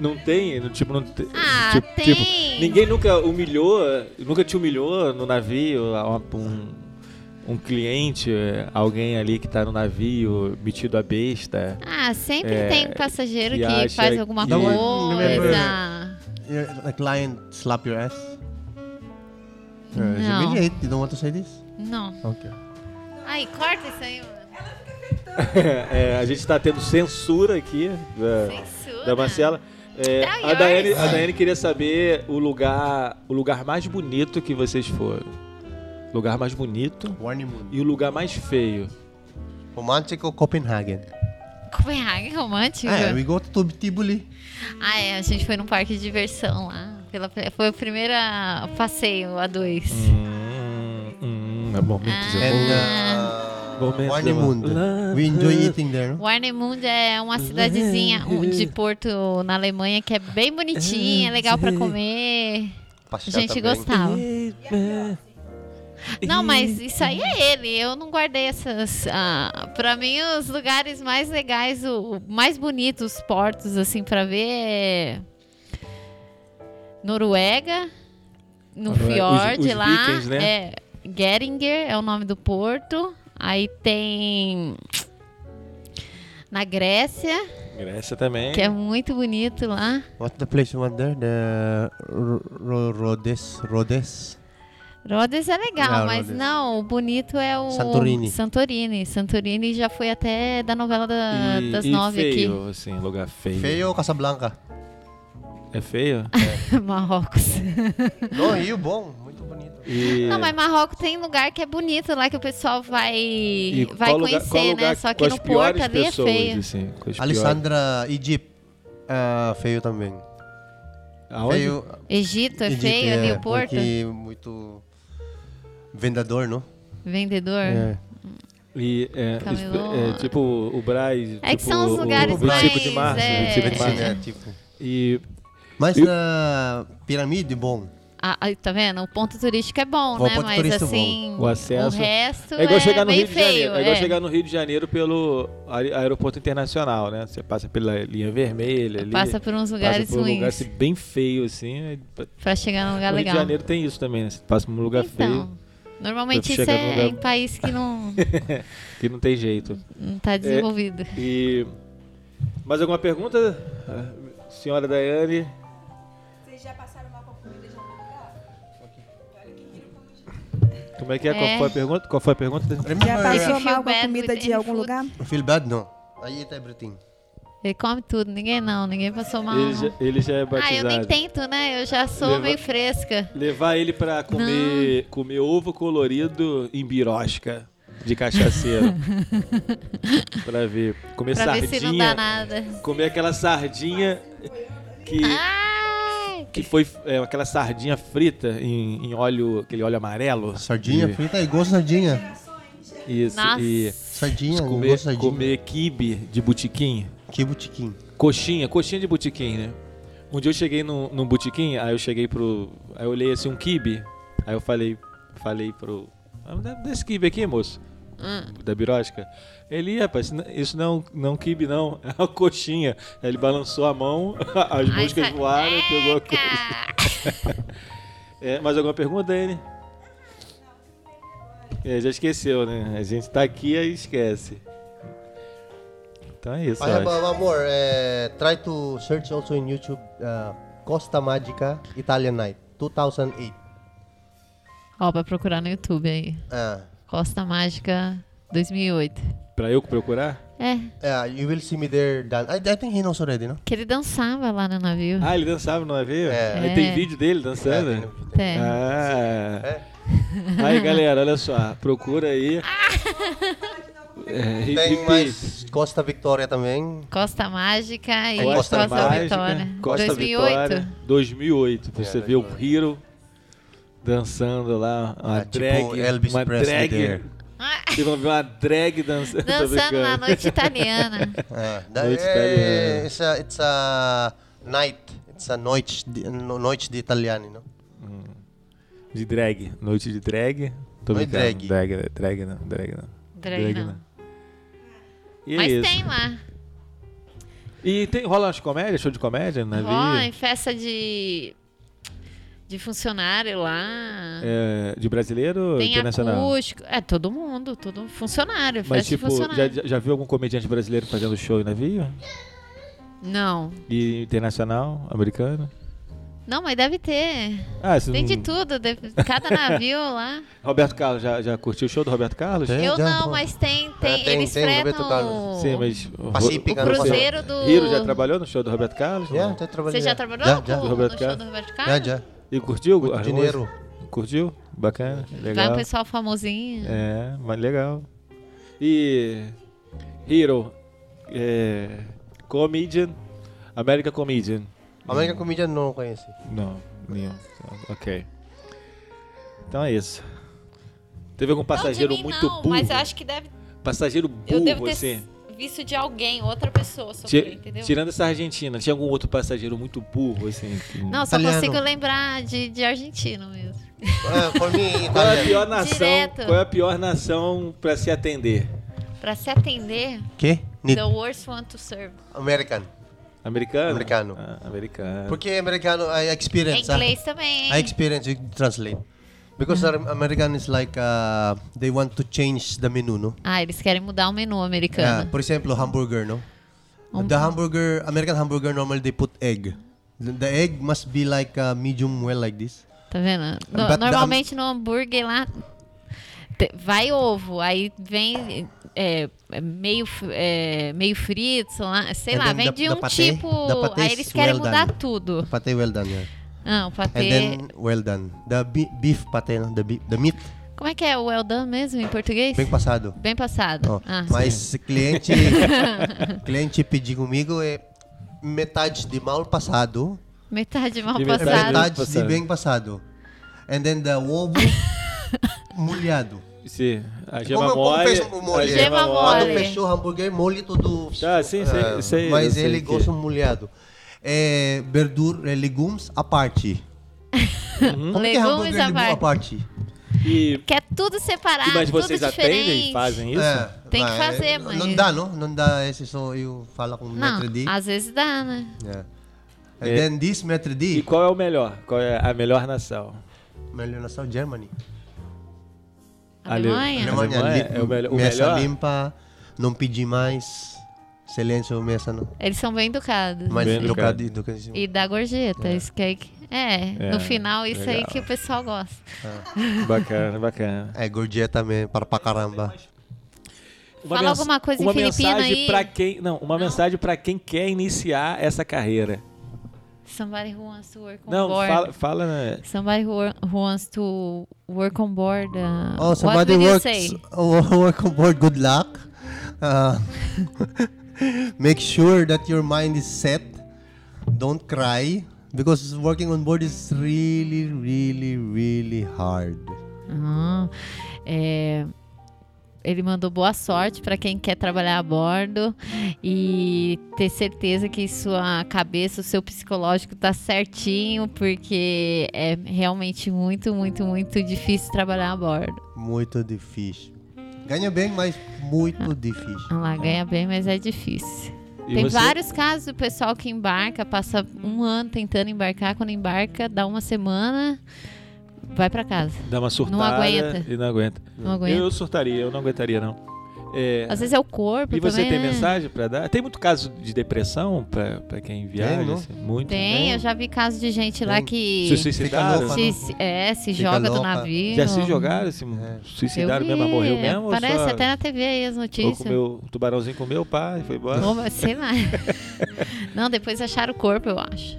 A: não tem? No- Tipo, não tem.
B: Ah,
A: tipo,
B: tem.
A: tipo, ninguém nunca humilhou, nunca te humilhou no navio, um, um cliente, alguém ali que tá no navio, metido a besta.
B: Ah, sempre
A: É,
B: tem um passageiro
A: que
B: que,
A: acha
B: faz alguma
A: que-
B: coisa.
C: Your, a client slap your ass? É, Or is it
B: No.
C: humiliate? You don't want to say this?
B: Não.
C: Okay.
B: Ai, corta isso aí, mano.
A: É, a gente tá tendo censura aqui da,
B: Censura.
A: da Marcela. É,
B: Ai,
A: a,
B: ai.
A: Daiane, a Daiane queria saber o lugar, o lugar mais bonito que vocês foram. Lugar mais bonito
C: Warning moon.
A: e o lugar mais feio.
C: Romantico Copenhagen.
B: Copenhague romântico?
C: Ah, we go to Tibuli.
B: Ah, é, a gente foi num parque de diversão lá. Pela, foi o primeiro ah, passeio a dois.
A: Uhum. Hum, hum, é momentos,
B: Ah.
A: é
C: And
A: momentos.
C: uh,
A: Momento,
C: Warnemund.
A: Love.
C: We enjoy eating there, no?
B: Warnemund é uma cidadezinha um, de Porto na Alemanha que é bem bonitinha, é legal pra comer. A
C: tá
B: gente gostava. Não, mas isso aí é ele. Eu não guardei essas. Ah, para mim, os lugares mais legais, o, o mais bonitos, os portos, assim, pra ver é. Noruega, no
A: Noruega.
B: fiord
A: Os- os
B: lá.
A: vikings, né?
B: É. Geringer é o nome do porto. Aí tem. Na Grécia,
A: Grécia também.
B: que é muito bonito lá.
C: What's the place you want there? The Ro- Ro- Rhodes, Rhodes.
B: Rhodes é legal,
C: Não,
B: mas
C: Rhodes.
B: não, o bonito é o
C: Santorini.
B: Santorini. Santorini já foi até da novela da-
A: E-
B: Ah, das
A: e
B: nove
A: feio, assim, lugar feio.
C: Feio ou Casablanca?
A: É feio? É.
B: aqui. Marrocos.
C: no, Rio bom, muito bonito.
A: E-
B: Não, mas Marrocos tem lugar que é bonito lá que o pessoal vai,
A: e
B: vai
A: qual
B: conhecer,
A: lugar- qual
B: né?
A: lugar
B: Só
A: com
B: que
A: as
B: no
A: piores
B: Porto ali é
A: pessoas,
B: feio.
A: Assim, com as piores-
C: Alessandra, Egypt. Ah, feio também.
A: Aonde?
C: Feio.
B: Egito é
C: Egypt,
B: feio ali
C: é,
B: o Porto?
C: Porque muito vendedor, não?
B: Vendedor.
C: É.
A: E, é,
B: Camelô.
A: é, tipo o Braz.
B: É que são os
A: tipo,
B: lugares
A: o 25 de
B: mais,
A: março.
B: é,
A: 25 de
C: Sim,
A: março.
C: é, tipo.
A: E
C: Mas
A: Eu-
C: na pirâmide, bom.
B: Ah, aí, tá vendo? O ponto turístico é bom,
C: Bom,
B: né?
C: ponto
B: Mas
C: turístico é bom.
B: assim,
A: O acesso-
B: resto
A: é igual chegar no
B: bem
A: Rio de
B: feio,
A: Janeiro. É igual
B: é.
A: chegar no Rio de Janeiro pelo aer- aeroporto internacional, né? Você passa pela linha vermelha ali.
B: Passa por uns lugares
A: passa por um
B: ruins
A: lugar assim, bem feio, assim. é-
B: pra chegar num lugar
A: no Rio
B: legal.
A: de Janeiro tem isso também, né? Você passa por um lugar feio
B: Então, normalmente
A: Chega
B: isso
A: num
B: é
A: lugar-
B: em país que não,
A: que não tem jeito.
B: não
A: É.
B: tá desenvolvido.
A: E. Mais alguma pergunta, ah, senhora Daiane?
D: Vocês já passaram mal com comida de
A: Como é que é?
B: É.
A: Qual foi a pergunta? Qual foi a pergunta?
D: Já
C: Remember,
D: passou
B: If you
D: mal com a
B: bad
D: comida
B: with
D: de
B: any
D: algum
B: food.
D: lugar?
C: I feel bad, no? I eat everything.
B: Ele come tudo, ninguém não, ninguém passou mal.
A: Ele
B: não.
A: já, ele já é
B: ah, eu
A: batizado.
B: nem tento, né? Eu já sou
A: Leva-
B: meio fresca.
A: Levar ele pra comer, comer ovo colorido em birosca de cachaceiro. pra ver. Comer
B: Pra ver
A: sardinha.
B: se não dá nada.
A: Comer aquela sardinha que,
B: Ah. Ai!
A: que foi é, aquela sardinha frita em, em óleo, aquele óleo amarelo.
C: Sardinha
A: E-
C: frita, eu gosto de sardinha.
A: Isso.
B: Nossa.
A: E
C: Sardinha, eu
A: comer,
C: gosto de sardinha.
A: comer quibe de botiquim.
C: Que botiquim.
A: Coxinha, coxinha de botiquim, né? Um dia eu cheguei num, num botiquim, aí eu cheguei pro. Aí eu olhei assim um kibe. Aí eu falei, falei pro, Desse kibe aqui, moço.
E: Ah,
A: da birosca. Ele, rapaz, isso não- isso não, não kibe, não. É uma coxinha. Aí Ele balançou a mão, as
E: Ai,
A: moscas
E: sai-
A: voaram e pegou a coisa.
E: ah,
A: É, mais alguma pergunta, Anne? É, já esqueceu, né? A gente tá aqui e esquece. Então é isso,
C: I have
A: olha.
C: uh, one more. Uh, try to search also in YouTube uh, Costa Magica Italian Night 2008.
B: Ó, pra procurar no YouTube aí.
C: Uh,
B: Costa Mágica 2008.
A: Pra eu procurar?
B: É,
C: yeah, you will see me there. Dan- I, I think he knows already, no?
B: que ele dançava lá no navio.
A: Ah, ele dançava no navio?
C: É.
A: Aí tem vídeo dele dançando?
B: Tem.
A: Ah.
C: É.
A: Aí, galera, olha só. Procura aí. É,
C: Tem
A: repeat.
C: mais Costa Victoria também.
B: Costa Mágica e
C: Costa
B: Costa,
A: Mágica,
B: Vitória.
A: Costa
B: 2008.
A: Vitória, 2008. Pra você
C: É,
A: vê o
C: legal.
A: Hero dançando lá, uma
C: Ah, tipo
A: drag,
C: Elvis
A: uma
C: Presley
A: drag.
C: there.
B: Ah,
A: Vocês vão ver uma drag dançando. tô
B: dançando
A: brincando.
B: na noite italiana.
C: Uh, that,
A: Noite italiana.
C: it's, a, it's a night. It's a noite, di- no- noite de italiani, no?
A: De drag, noite de drag. Tô
C: Não é
A: brincando.
C: drag.
A: Drag, né? drag não, drag não.
B: Drag não.
A: E é
B: Mas
A: isso.
B: tem lá.
A: E tem, rola umas comédias, show de comédia né? na
B: Ó, em
A: navio?
B: festa de, de funcionário lá.
A: É, de brasileiro ou
B: Tem
A: internacional?
B: acústico. É, todo mundo, todo funcionário.
A: Mas
B: festa
A: tipo,
B: de
A: já,
B: funcionário.
A: já já viu algum comediante brasileiro fazendo show em navio?
B: Não.
A: E internacional, americano?
B: Não, mas deve ter.
A: Ah, você
B: Tem de
A: não-
B: tudo, de- cada navio lá.
A: Roberto Carlos, já, já curtiu o show do Roberto Carlos?
C: Tem,
B: Eu
C: já,
B: não,
C: pô.
B: mas tem, tem,
C: É, tem-
B: eles
C: tem, Roberto
B: fretam
C: Carlos.
B: o,
A: Sim, mas.
C: Pacífica,
B: o
C: Ricardo
B: cruzeiro do...
A: Hiro já trabalhou no show do Roberto Carlos?
C: Yeah,
A: Não.
C: já trabalhei
B: Você já
C: lá.
B: trabalhou
C: Já,
B: no,
C: já.
B: no
A: Roberto
B: show
A: Carlos? É,
B: do Roberto
C: Já,
B: Carlos?
C: já.
A: E curtiu?
C: Muito
A: as
C: dinheiro.
A: músicas? Curtiu? Bacana.
B: Vai
A: Legal.
B: um pessoal famosinho.
A: É, mas legal. E. Hero. É, comedian. American Comedian.
C: American Comedian não conhece.
A: Não, nenhum. Ok. Então é isso. Teve algum passageiro
E: não, de mim
A: muito
E: não,
A: burro?
E: Mas eu acho que deve,
A: Passageiro
E: eu devo
A: burro,
E: ter
A: assim.
E: visto de alguém, outra pessoa
A: Ti-
E: sofrer, entendeu?
A: Tirando essa Argentina, tinha algum outro passageiro muito burro, assim? que-
B: Não, só
C: Italiano.
B: consigo lembrar de, de argentino mesmo.
C: Uh, for me,
A: Qual é a
C: Italian.
A: pior nação?
B: Direto.
A: Qual é a pior nação pra se atender?
B: Pra se atender,
C: Que? Need.
B: the worst one to serve.
C: American.
A: Americano?
C: Americano.
A: Ah, americano.
C: Porque americano, I
B: Em
C: experience. ah.
B: inglês também,
C: I
B: hein?
C: experience you translate. Because our American is like uh, they want to change the menu, no?
B: Ah, eles querem mudar o menu
C: Yeah,
B: americano.
C: por example, hamburger, no? The hamburger, American hamburger normally they put egg. The, the egg must be like uh, medium well like this.
B: Tá vendo? No-
C: But the-
B: normalmente no hambúrguer lá te- vai ovo, aí vem é, é, meio, f- é, meio frito, sei lá, sei
C: And
B: lá,
C: then
B: vem
C: the-
B: de
C: the
B: um
C: patê-
B: tipo.
C: the patê
B: Aí
C: is
B: eles querem
C: well
B: mudar
C: done. É
B: tudo.
C: Pate well done, yeah.
B: Não, patê.
C: And then well done. The be- beef pate, no? The, be- the meat,
B: Como é que é o well done mesmo em português?
C: bem passado.
B: Bem passado.
C: Oh,
B: Ah,
C: mas cliente cliente pedir comigo é metade de mal passado
B: metade mal
A: E
C: É
A: metade
B: passado.
A: do-
C: metade de
A: Passado.
C: bem passado. And then the ovo molhado.
A: Sim. A
C: Como-
A: gema
C: como
A: mole.
C: fez o mole?
A: a
B: Gema
C: Quando
B: Mole.
C: fechou o hambúrguer, molho tudo.
A: Ah, sim, sei,
C: Ah,
A: sei, eu
C: Mas
A: sei
C: ele
A: que-
C: gosta molhado. É, verdura, é, legumes à parte.
A: Hum?
C: Como que é
B: Hum? Legumes
C: hambúrguer,
B: à
C: legume à parte?
A: E,
B: Quer tudo separado,
A: mas
B: tudo
A: vocês
B: diferente.
A: atendem e fazem isso?
C: É,
B: Tem que
C: vai,
B: fazer,
C: é,
B: mas-
C: Não dá, não? Não dá esse só eu falo com o
B: Não,
C: Metro D.
B: às vezes dá, né?
C: Yeah. And
A: É.
C: then this Metro D,
A: E qual é o melhor? Qual é a melhor nação?
C: melhor na South Germany.
A: Ale-
B: Alemanha?
A: Alemanha.
C: limpa,
A: é o melhor- o
C: mesa
A: melhor?
C: limpa, não pedi mais. Silêncio, mesa não.
B: Eles são bem educados.
C: Mas
A: Bem educado.
C: educado, educadíssimo.
B: E da gorjeta, isso que é, que- é,
A: É,
B: no final isso aí
A: legal.
B: que o pessoal gosta.
A: Bacana, bacana.
C: É gorjeta mesmo, para pra caramba.
B: Fala alguma coisa em
A: uma
B: filipino
A: mensagem
B: aí.
A: Pra quem, não, uma mensagem pra quem quer iniciar essa carreira.
B: Somebody who wants to work on
A: não,
B: board.
A: fala, fala né?
B: Somebody who, who wants to work on board. uh,
C: Oh, somebody
B: what would
C: works.
B: you say?
C: Oh, work on board. Good luck. Uh, make sure that your mind is set. Don't cry because working on board is really, really, really hard.
B: Ah, é, ele mandou boa sorte para quem quer trabalhar a bordo e ter certeza que sua cabeça, o seu psicológico tá certinho, porque é realmente muito, muito, muito difícil trabalhar a bordo.
C: Muito difícil. Ganha bem, mas muito difícil.
B: Ah lá, ganha bem, mas é difícil.
A: E
B: Tem
A: você-
B: vários casos do pessoal que embarca, passa um ano tentando embarcar, quando embarca, dá uma semana, vai pra casa.
A: Dá uma surtada
B: aguenta.
A: e não aguenta.
B: Não aguenta.
A: Eu surtaria, eu não aguentaria, não. É,
B: Às vezes é o corpo
A: e você
B: também,
A: tem
B: né?
A: mensagem pra dar? Tem muito caso de depressão pra, pra quem viaja?
C: não?
A: assim? Muito.
B: Tem,
A: né?
B: eu já vi casos de gente lá
C: Tem.
B: que
A: Se suicidaram?
C: louca,
B: se, se- é, se
C: Fica
B: joga do
C: louca.
B: navio.
A: tá? Já se jogaram? Se
C: É.
A: suicidaram
B: Eu
A: mesmo?
B: vi,
A: Morreu mesmo? ou
B: Parece
A: só-
B: até na TV aí as
A: Ou
B: notícias.
A: comeu, o tubarãozinho comeu, pá, e foi embora.
B: Ou, mas sei lá. Não, depois acharam o corpo, eu acho.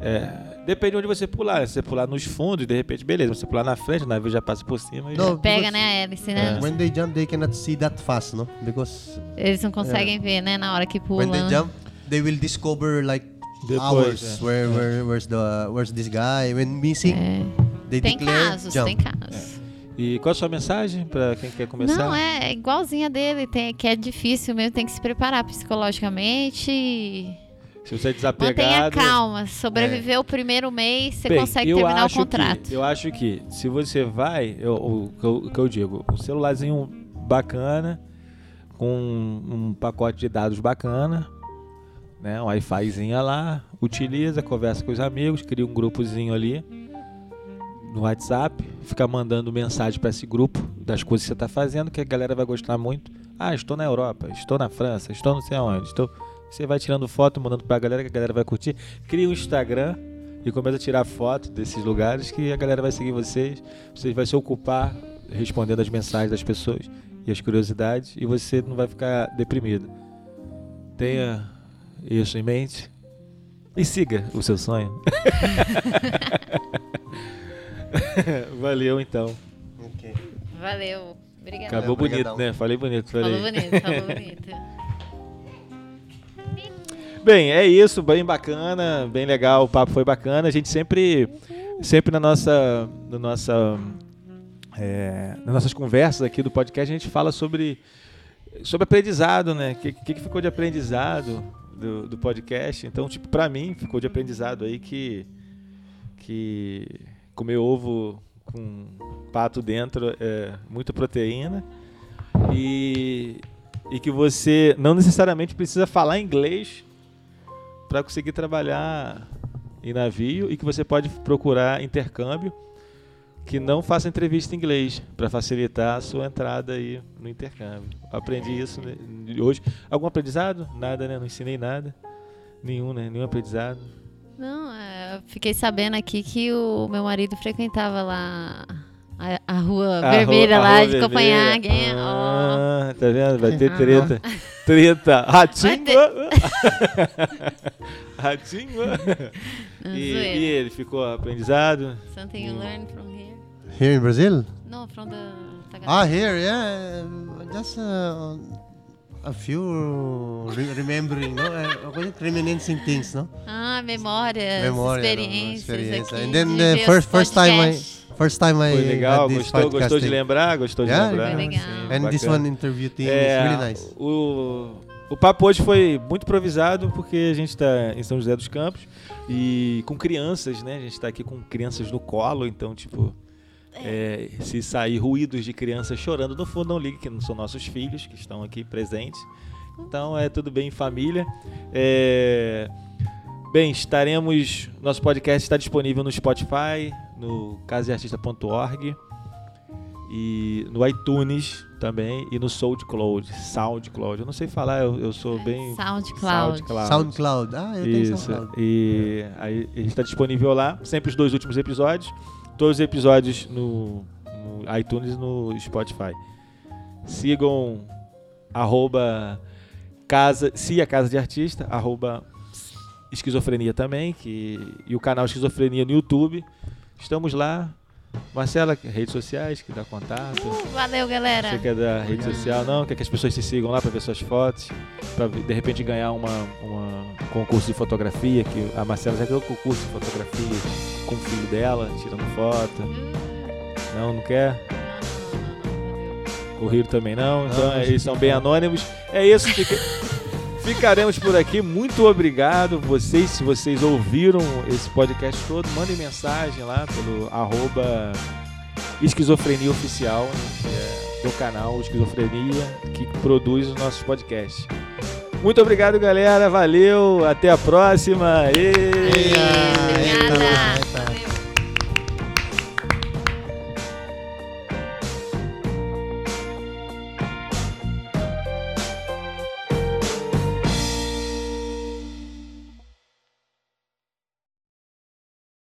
A: É, depende de onde você pular. Se você pular nos fundos, de repente, beleza. Você pular na frente, o navio já passa por cima. e
C: Não.
B: Pega, né, a hélice, né?
C: When they jump, they cannot see that fast, no? Because
A: É.
B: Eles não conseguem ver, né, na hora que
C: when they
B: pulam.
C: jump, they will discover like
A: Depois,
C: hours
A: é.
C: where, where where's the where's this guy when missing.
B: É.
C: They
B: Tem
C: declare
B: casos,
C: jump.
B: tem casos.
A: já- E qual a sua mensagem pra quem quer É. começar?
B: Não, é igualzinha dele, tem, que é difícil mesmo, tem que se preparar psicologamente. e
A: Se você é
B: Mantenha
A: desapegado...
B: calma, sobreviver o primeiro mês, você
A: Bem,
B: consegue
A: eu
B: terminar o
A: acho que-
B: contrato.
A: eu acho que se você vai, eu- o que eu- o que eu digo, um celularzinho bacana, com um, um pacote de dados bacana, né? Um Wi-Fizinha lá, utiliza, conversa com os amigos, cria um grupozinho ali no WhatsApp, fica mandando mensagem para esse grupo das coisas que você tá fazendo, que a galera vai gostar muito. Ah, estou na Europa, estou na França, estou não sei aonde, estou. Você vai tirando foto, mandando pra galera, que a galera vai curtir. Cria um Instagram e começa a tirar foto desses lugares que a galera vai seguir vocês. Vocês vai se ocupar respondendo as mensagens das pessoas e as curiosidades e você não vai ficar deprimido. Tenha isso em mente e siga o seu sonho. Valeu então.
C: Okay.
B: Valeu. Obrigada.
A: Acabou bonito,
C: obrigadão.
A: né? Falei bonito,
B: Falou
A: falei.
B: bonito, falou bonito.
A: Bem, é isso, bem bacana, bem legal, o papo foi bacana. A gente sempre, sempre na nossa, na nossa, é, nas nossas conversas aqui do podcast, a gente fala sobre, sobre aprendizado, né? O que, que que ficou de aprendizado do, do podcast? Então, tipo, pra mim, ficou de aprendizado aí que, que comer ovo com pato dentro é muita proteína. E, e que você não necessariamente precisa falar inglês para conseguir trabalhar em navio e que você pode procurar intercâmbio que não faça entrevista em inglês para facilitar a sua entrada aí no intercâmbio. Aprendi isso né, hoje. Algum aprendizado? Nada, né? Não ensinei nada. Nenhum, né? Nenhum aprendizado.
B: Não, é, eu fiquei sabendo aqui que o meu marido frequentava lá a, a rua
A: A
B: vermelha
A: rua- a
B: lá
A: rua
B: de
A: vermelha.
B: Copenhague. hein? Ó.
A: Ah, tá vendo? Vai ter
B: Ah.
A: treta. Treta. Ratinho.
B: Vai
A: Ratinho.
B: Não,
A: E,
B: Tá zoeira.
A: e ele ficou aprendizado.
B: Something you learn from here?
C: Here in Brazil?
B: No, from the
C: Ah,
B: Tagarela.
C: here, yeah. Just uh, a few re- remembering, no? Uh, what is it? reminiscing things, no?
B: Ah, memórias,
C: Memória, no?
B: experiências
C: Experience.
B: aqui.
C: And then
B: de
C: the
B: ver
C: é first
B: os
C: first time I
B: podcasts.
C: first time I
A: Foi legal,
C: had this
A: gostou, gostou de
C: podcasting.
A: lembrar, gostou
C: Yeah,
A: de lembrar.
B: foi legal.
A: Sim,
B: And
C: And É? this
A: bacana.
C: one interview thing
A: É,
C: is really nice.
A: O, o papo hoje foi muito improvisado, porque a gente está em São José dos Campos e com crianças, né? A gente está aqui com crianças no colo, então, tipo. é, se sair ruídos de crianças chorando no fundo, não ligue, que não são nossos filhos que estão aqui presentes. Então é tudo bem em família. É, Bem, estaremos. Nosso podcast está disponível no Spotify, no caseartista.org e no iTunes também e no SoundCloud. SoundCloud. Eu não sei falar, eu, eu sou bem.
B: É, SoundCloud.
C: SoundCloud. Ah, eu tenho
A: Isso.
C: SoundCloud.
A: E aí ele está disponível lá, sempre os dois últimos episódios, todos os episódios no, no iTunes e no Spotify. Sigam arroba casa, se a casa de artista, arroba esquizofrenia também, que e o canal Esquizofrenia no YouTube. Estamos lá. Marcela, redes sociais, que dá contato.
B: Uh, valeu, galera.
A: Você quer da rede social, não? Quer que as pessoas se sigam lá para ver suas fotos, para de repente ganhar uma, uma- um concurso de fotografia, que a Marcela já ganhou um concurso de fotografia com o filho dela, tirando foto.
B: Hum.
A: Não, não quer? O Rio também não, então
C: Não,
A: eles são bem anônimos. É isso, fica- ficaremos por aqui. Muito obrigado vocês, se vocês ouviram esse podcast todo, mandem mensagem lá pelo arroba Esquizofrenia Oficial, né, que é do canal Esquizofrenia, que produz os nossos podcasts.
C: Ah,
A: Muito obrigado, galera. Valeu. Até a próxima. E...
F: Aê.
C: então,